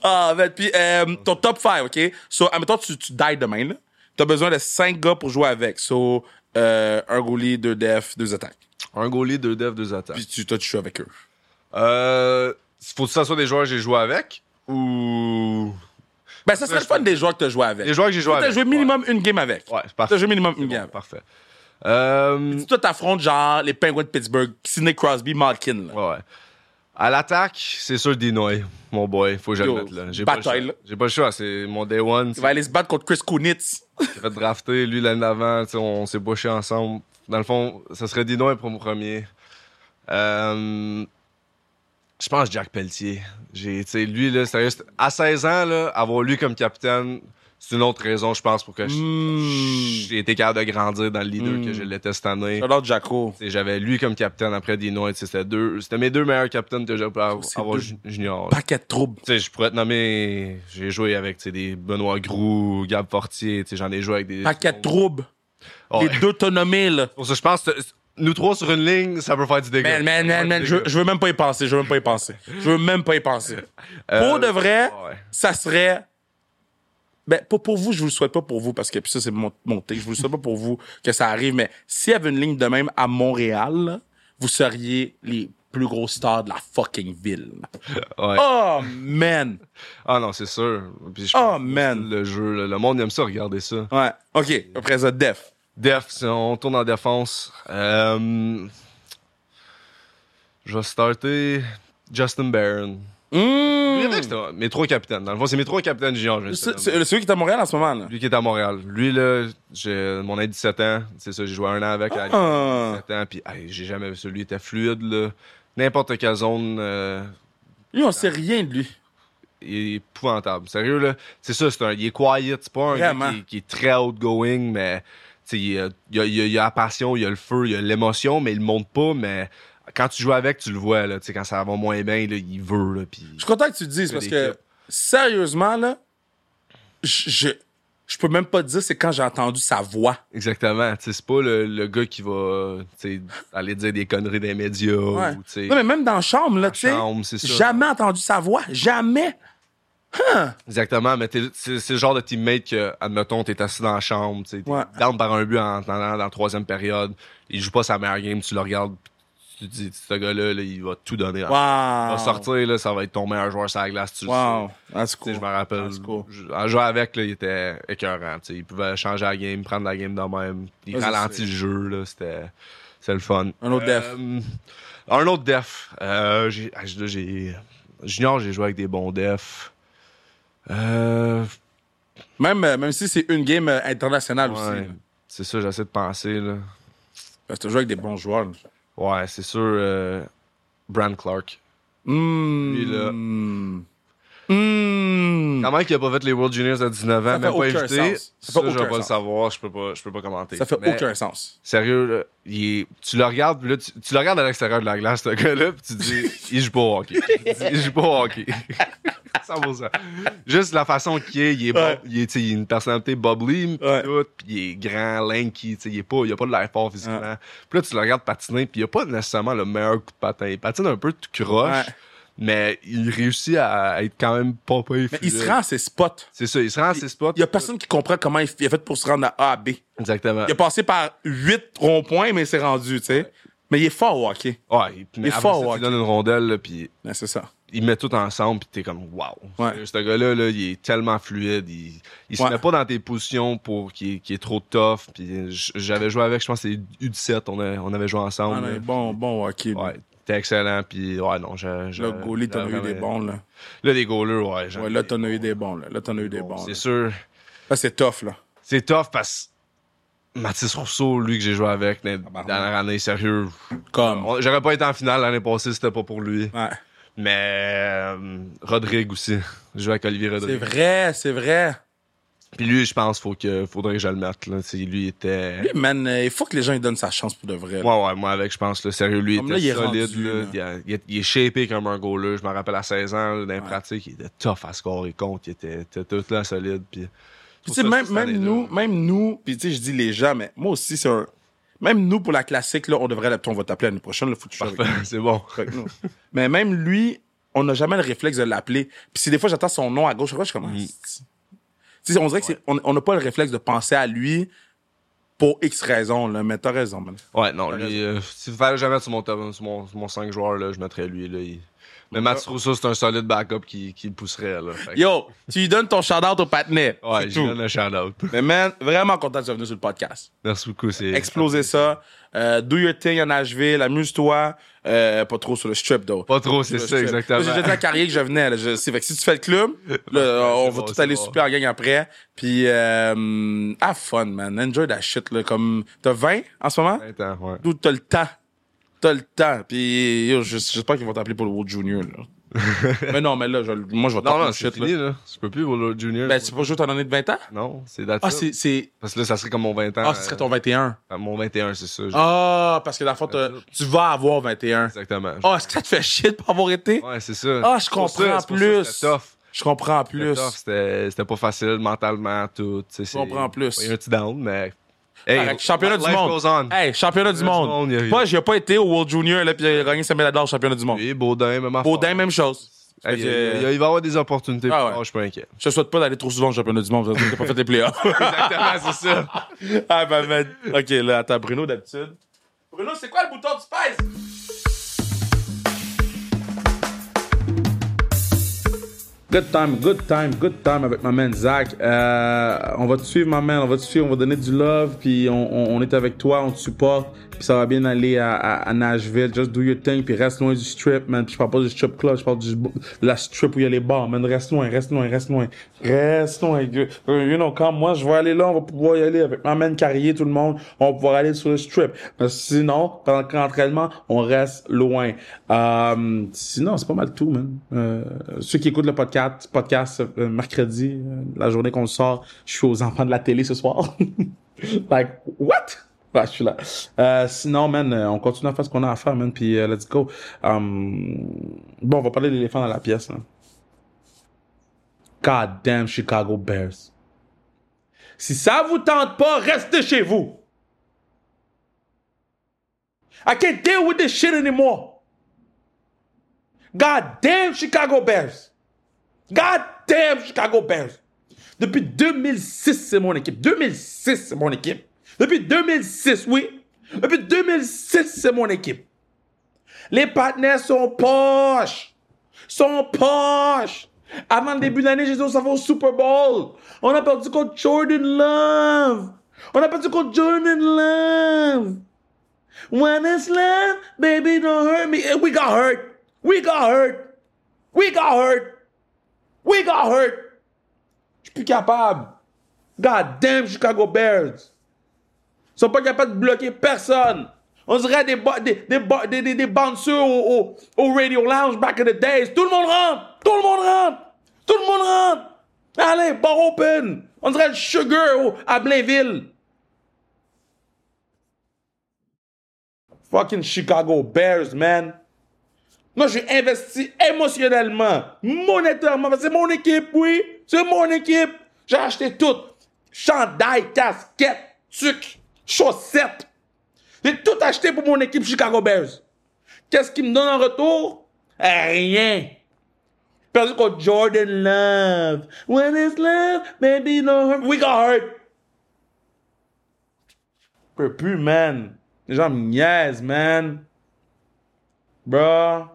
S3: ah, ben, puis euh, ton top 5, OK? So, admettons, tu, tu die demain, là. T'as besoin de 5 gars pour jouer avec. So, euh, un goalie, deux def, deux attaques.
S1: Un goalie, deux devs, deux attaques.
S3: Puis tu, toi, tu joues avec eux.
S1: Euh, faut que ça soit des joueurs que j'ai joué avec ou
S3: Ben, ça serait le fun des joueurs que tu as joué avec.
S1: des joueurs que j'ai joué
S3: T'as
S1: avec.
S3: joué minimum une game avec.
S1: Ouais, ouais c'est
S3: T'as
S1: parfait.
S3: joué minimum
S1: C'est
S3: une
S1: bon,
S3: game.
S1: parfait. Euh,
S3: Si toi, t'affrontes genre les Penguins de Pittsburgh, Sidney Crosby, Malkin. Là.
S1: ouais. À l'attaque, c'est sûr Dinoy, mon boy, faut que je le
S3: Yo,
S1: mette là. J'ai pas le
S3: bataille,
S1: choix.
S3: là.
S1: J'ai pas le choix, c'est mon day one,
S3: Il
S1: c'est
S3: va aller se battre contre Chris Kunitz.
S1: fait drafter lui l'année d'avant, tu sais, on s'est bouché ensemble. Dans le fond, ça serait Dinoy pour mon premier. Euh, je pense Jack Pelletier. J'ai, tu sais, lui là, sérieux, c'est- à 16 ans là, avoir lui comme capitaine, c'est une autre raison, je pense, pour que je-
S3: Mmh.
S1: j'ai été capable de grandir dans le leader que
S3: Hmm.
S1: je l'étais cette année.
S3: J'adore Jaco.
S1: T'sais, J'avais lui comme capitaine après Dinoy. t'sais, C'était deux, c'était mes deux meilleurs capitaines que j'ai pu avoir,
S3: C'est
S1: avoir
S3: deux-
S1: ju- junior.
S3: Paquet de troubles.
S1: T'sais, je pourrais te nommer. J'ai joué avec t'sais, des Benoît Groux, Gab Fortier. t'sais, J'en ai joué avec des.
S3: Paquet de troubles.
S1: Ouais.
S3: Les deux t'ont nommé, là.
S1: Pour ça, je pense que nous trois sur une ligne, ça peut faire du dégât.
S3: Man, man, man, man. Je, je veux même pas y penser. Je veux même pas y penser. Je veux même pas y penser.
S1: Euh,
S3: Pour de vrai,
S1: ouais.
S3: ça serait. Ben, pas pour vous, je vous le souhaite pas pour vous, parce que puis ça, c'est mon, mon take. Je vous le souhaite pas pour vous que ça arrive, mais s'il y avait une ligne de même à Montréal, là, vous seriez les plus gros stars de la fucking ville.
S1: Ouais.
S3: Oh, man!
S1: Ah non, c'est sûr. Puis je
S3: Oh,
S1: pense que
S3: man.
S1: Le jeu, là, le monde aime ça, regardez ça.
S3: Ouais. OK. Après ça, Def.
S1: Def, si on tourne en défense. Euh, je vais starter Justin Barron. Je dirais que
S3: Mmh.
S1: c'était mes trois capitaines. Dans le fond, c'est mes trois capitaines juniors. je viens de te
S3: C'est
S1: nommer.
S3: c'est celui qui est à Montréal en ce moment, là.
S1: Lui qui est à Montréal. Lui, là, j'ai mon année 17 ans. C'est ça, j'ai joué un an avec. à la
S3: Ah.
S1: 17 ans, puis hey, j'ai jamais vu ça. Lui était fluide, là. N'importe quelle zone, euh,
S3: Lui, on sait rien de lui.
S1: il est épouvantable. Sérieux, là. C'est ça, c'est un, il est quiet. C'est pas un gars
S3: Vraiment.
S1: qui, qui est très outgoing, mais tu sais, il, a- il a- il a- il a la passion, il a le feu, il a l'émotion, mais il le montre pas. Mais quand tu joues avec, tu le vois, là. Tu sais, quand ça va moins bien, là, il veut, là. Puis...
S3: Je suis content que tu le dises
S1: C'est
S3: parce
S1: des
S3: que,
S1: clips.
S3: sérieusement, là, je, je, je peux même pas te dire c'est quand j'ai entendu sa voix.
S1: Exactement. Tu sais, c'est pas le, le gars qui va tu sais, aller dire des conneries dans les médias
S3: Ouais.
S1: ou tu sais,
S3: Non, mais même dans la chambre, là, tu sais.
S1: chambre, c'est ça.
S3: Jamais entendu sa voix. Jamais.
S1: Exactement, mais t'es- c'est c'est le genre de teammate que, admettons, t'es assis dans la chambre, tu sais, t'es
S3: Ouais.
S1: down par un but en attendant dans la troisième période, il joue pas sa meilleure game, tu le regardes, pis tu te dis, ce gars-là, là, il va tout donner.
S3: Wow.
S1: Il Ah. va sortir, là, ça va être ton meilleur joueur sur la glace, tu le sais.
S3: Wow.
S1: Tu
S3: That's
S1: sais,
S3: cool.
S1: Je me rappelle,
S3: That's cool.
S1: je- en jouant avec, là, il était écœurant. tu sais. Il pouvait changer la game, prendre la game de même. Il
S3: Ouais,
S1: ralentit
S3: c'est-
S1: le jeu. là, C'était c'était le fun.
S3: Un autre def.
S1: Euh, un autre def. Euh, j'ai- ah, j'ai- j'ai- junior, j'ai joué avec des bons defs. Euh,
S3: Même, euh, même si c'est une game euh, internationale
S1: ouais,
S3: aussi. là.
S1: c'est ça, j'essaie de penser. Là.
S3: Parce que tu joues avec des bons joueurs. là.
S1: Ouais, c'est sûr. euh, Brand Clark.
S3: Mmh.
S1: Lui, là.
S3: Hmm. Mmh.
S1: Comment il a pas fait les World Juniors à 19 ans,
S3: Ça fait
S1: même pas
S3: aucun
S1: invité.
S3: sens. Ça
S1: Ça,
S3: fait
S1: je vais
S3: aucun
S1: pas le
S3: sens.
S1: savoir, je peux pas, je peux pas commenter.
S3: Ça fait
S1: Mais-
S3: aucun sens.
S1: Sérieux, là, il est- tu le regardes, puis là, tu, tu le regardes à l'extérieur de la glace, ce gars-là, puis tu te dis, il joue pas au hockey. Tu te dis, il joue pas au hockey. (laughs) 100%. Juste la façon qu'il est, il est, bon,
S3: Ouais.
S1: il, est tu sais, il a une personnalité bubbly, puis
S3: Ouais.
S1: tout, puis il est grand, lanky, tu sais, il, est pas, il a pas de l'air fort physiquement. Puis là, tu le regardes patiner, puis il a pas nécessairement le meilleur coup de patin. Il patine un peu tout croche,
S3: Ouais.
S1: mais il réussit à être quand même pas pire.
S3: Mais il se
S1: fluide.
S3: rend à ses spots.
S1: C'est ça, il se rend à ses spots.
S3: Il y a personne qui comprend comment il f- il a fait pour se rendre à A à B.
S1: Exactement.
S3: Il a passé par huit ronds-points, mais il s'est rendu, tu sais. Mais il est fort au hockey.
S1: Ouais, il, mais
S3: est
S1: après
S3: fort
S1: ça,
S3: au
S1: tu lui
S3: hockey.
S1: donnes une rondelle, là, puis
S3: Ouais, c'est ça.
S1: il met tout ensemble, puis t'es comme, wow.
S3: Ouais.
S1: Ce gars-là, là, il est tellement fluide. Il, il se
S3: Ouais.
S1: met pas dans tes positions pour qu'il est, qu'il est trop tough. Puis j- j'avais joué avec, je pense, que c'est U17, on, a- on avait joué ensemble.
S3: Ah, non, il est
S1: là.
S3: bon, bon au hockey. lui.
S1: Ouais, t'es excellent, puis ouais, non, je. je-
S3: Là, goalie, t'en as eu
S1: vraiment-
S3: des bons, là.
S1: Là, les goalers, ouais. j'en
S3: Ouais,
S1: ai
S3: là,
S1: des
S3: t'en as eu
S1: bons.
S3: des bons, là. Là, t'en as eu des bons.
S1: C'est
S3: là.
S1: sûr.
S3: Là, c'est tough, là.
S1: C'est tough parce que Mathis Rousseau, lui, que j'ai joué avec la
S3: Tabarnak.
S1: dernière année, sérieux.
S3: Comme.
S1: on- J'aurais pas été en finale l'année passée, c'était pas pour lui.
S3: Ouais.
S1: Mais euh, Rodrigue aussi. J'ai joué avec Olivier Rodrigue.
S3: C'est vrai, c'est vrai.
S1: Puis lui, je pense faut que faudrait que je le mette. Là. Tu sais, Lui était.
S3: Lui, man, euh, il faut que les gens lui donnent sa chance pour de vrai. là.
S1: Ouais, ouais, moi avec, je pense, le sérieux, lui
S3: Comme
S1: était
S3: là, il est
S1: solide.
S3: rendu,
S1: là.
S3: là.
S1: Il, a- il est- il est shapé comme un goaler. Je me rappelle à 16 ans, là, dans les pratiques, il était tough à scorer contre. Il était, était tout là solide. Puis,
S3: Puis, tu sais, même, même nous,
S1: (laughs)
S3: même nous, puis tu sais, je dis les gens, mais moi aussi, c'est un. Même nous, pour la classique, là, on devrait l'appeler, on va t'appeler l'année prochaine, le foot
S1: C'est bon.
S3: Mais même lui, on n'a jamais le réflexe de l'appeler. Puis si des fois j'attends son nom à gauche, à droite, je suis comme. Ah, c'est- Tu sais, on dirait que c'est- on on n'a pas le réflexe de penser à lui pour X raisons, là. Mais t'as raison, man.
S1: Ouais, non, lui, euh, s'il fallait jamais sur mon, top- sur mon, sur mon 5 joueurs, là, je mettrais lui. Là, il- Mais Mathis Rousseau, c'est un solide backup qui, qui le pousserait. Là. Fait que-
S3: Yo, tu lui donnes ton shout-out au patinet.
S1: ouais,
S3: c'est
S1: je
S3: tout.
S1: lui donne un shout-out.
S3: Mais man, vraiment content de sois venu sur le podcast.
S1: Merci beaucoup. c'est-
S3: Exploser ça. Euh, do your thing à Nashville. Amuse-toi. Euh, pas trop sur le strip, though.
S1: Pas trop, c'est
S3: Sur le
S1: ça,
S3: strip.
S1: exactement.
S3: Moi, J'ai déjà dit à la carrière que je venais. Là, je sais. Fait que si tu fais
S1: (laughs)
S3: le club, là, on
S1: c'est
S3: va
S1: bon,
S3: tout
S1: c'est
S3: aller
S1: bon.
S3: super en gang après. Puis, euh, have fun, man. Enjoy that shit. Là, comme, t'as 20 en ce moment?
S1: Attends, ouais.
S3: D'où t'as le temps? T'as le temps. Puis, yo, je- j'espère qu'ils vont t'appeler pour le World Junior.
S1: (laughs)
S3: Là. mais non, mais là, je- moi, je vais
S1: Non,
S3: t'appeler
S1: non,
S3: le
S1: c'est
S3: shit.
S1: fini,
S3: Là.
S1: là. Je peux plus au Lord Junior.
S3: Ben, tu peux jouer ton année de 20 ans?
S1: Non, c'est date.
S3: Ah, c'est. c'est-
S1: Parce que là, ça serait comme mon 20 ans.
S3: Ah, ce serait ton 21.
S1: euh, Mon 21, c'est ça. je-
S3: Ah, parce que dans le fond, t'as- tu vas avoir 21.
S1: Exactement.
S3: Ah, est-ce que ça te fait chier de pas avoir été?
S1: Ouais, c'est ça.
S3: Ah, je
S1: C'est pour ça,
S3: comprends
S1: c'est pour ça que
S3: plus.
S1: C'était tough.
S3: Je comprends
S1: C'était
S3: plus.
S1: tough, C'était c'était pas facile mentalement, tout. tu sais, c'est-
S3: comprends plus.
S1: Il y a un petit down, mais.
S3: Fait que championnat du
S1: life
S3: monde.
S1: goes on.
S3: Hey, championnat du
S1: Championnat du
S3: monde.
S1: monde, il y a-
S3: Moi, j'ai pas été au World Junior là, puis j'ai gagné sa médaille d'or au championnat du monde.
S1: Oui, Baudin, même affaire.
S3: Baudin, même chose.
S1: Hey,
S3: Fait
S1: il,
S3: que,
S1: y a- il y a- il va y avoir des opportunités.
S3: Ah ouais.
S1: Oh, je suis pas inquiet.
S3: Je te souhaite pas d'aller trop souvent au championnat du monde. parce que T'as pas fait les playoffs.
S1: (laughs) Exactement, c'est
S3: (laughs)
S1: ça.
S3: ah ben, ben, ok, là, attends, Bruno d'habitude. Bruno, c'est quoi le bouton du Spice?
S4: Good time, good time, good time avec ma man Zach. Euh, on va te suivre, ma man. On va te suivre, on va donner du love. Puis on, on- on est avec toi, on te supporte. Puis ça va bien aller à, à- à Nashville. Just do your thing. Puis reste loin du strip, man. Puis je parle pas du strip club, je parle du, de la strip où il y a les bars, man. Reste loin, reste loin, reste loin. Reste loin. You you know, quand moi je vais aller là, on va pouvoir y aller avec ma man Carrier, tout le monde. On va pouvoir aller sur le strip. Mais sinon, pendant l'entraînement, on reste loin. Euh, sinon, c'est pas mal tout, man. Euh, ceux qui écoutent le podcast, podcast euh, mercredi, euh, la journée qu'on le sort, je suis aux enfants de la télé ce soir. (laughs) like, what? Bah, je suis là. Euh, sinon, man, euh, on continue à faire ce qu'on a à faire, man, puis euh, let's go. Euh, bon, on va parler de l'éléphant dans la pièce, là. God damn Chicago Bears. Si ça vous tente pas, restez chez vous. I can't deal with this shit anymore. God damn Chicago Bears. God damn Chicago Bears. Depuis 2006, c'est mon équipe. 2006, c'est mon équipe. Depuis 2006, oui. Depuis 2006, c'est mon équipe.
S3: Les partenaires sont poches. Sont poches. Avant le début de l'année, j'ai dit, on s'en va au Super Bowl. On a perdu contre Jordan Love. On a perdu contre Jordan Love. When it's love, baby, don't hurt me. And we got hurt. We got hurt. We got hurt. We got hurt. Je suis plus capable. God damn Chicago Bears. Ils sont pas capables de bloquer personne. On dirait des, bo- des, des, bo- des, des, des bouncers au, au, au Radio Lounge back in the days. Tout le monde rentre! Tout le monde rentre! Tout le monde rentre! Allez, bar open! On dirait le sugar au- à Blainville. Fucking Chicago Bears, man. Moi, j'ai investi émotionnellement, monétairement. parce que C'est mon équipe, oui. C'est mon équipe. J'ai acheté tout. Chandail, casquette, tuc, chaussettes. J'ai tout acheté pour mon équipe Chicago Bears. Qu'est-ce qu'ils me donnent en retour? Rien. Perdu contre Jordan Love. When it's love, maybe no hurt. We got hurt. Je peux plus, man. Les gens me niaisent, man. Bruh.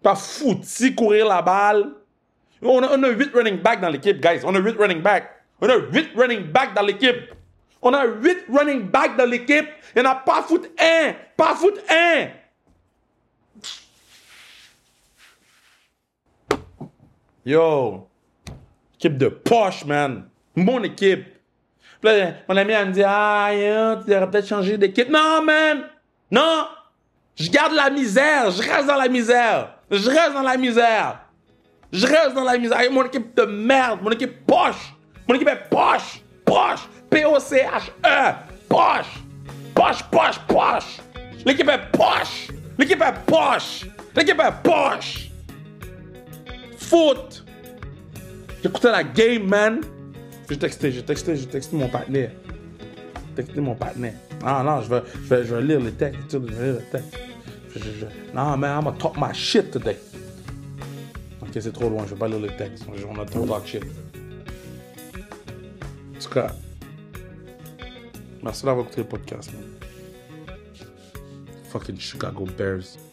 S3: Pas foutu courir la balle. On a, on a 8 running backs dans l'équipe, guys. On a 8 running backs. On a 8 running backs dans l'équipe. On a 8 running backs dans l'équipe. Il n'y en a pas foutu un. Pas foutu un. Yo. Équipe de poche, man. Mon équipe. Puis là, mon ami, elle me dit Ah, yo, tu devrais peut-être changer d'équipe. Non, man. Non. Je garde la misère. Je reste dans la misère. Je reste dans la misère. Je reste dans la misère. Mon équipe de merde, mon équipe poche. Mon équipe est poche, poche. P-O-C-H-E. E. Poche. Poche, poche, poche. L'équipe est poche. L'équipe est poche. L'équipe est poche. Foot. J'écoutais la game, man. J'ai texté, j'ai texté, j'ai texté mon partenaire. J'ai texté mon partenaire. Ah non, je vais, je vais, je vais lire le texte. Je vais lire le texte. Je- je- je- Non, man, I'm gonna talk my shit today. Ok, c'est trop loin, je vais pas lire le texte. On a trop talk shit. En tout cas, merci d'avoir écouté le podcast, man. Fucking Chicago Bears.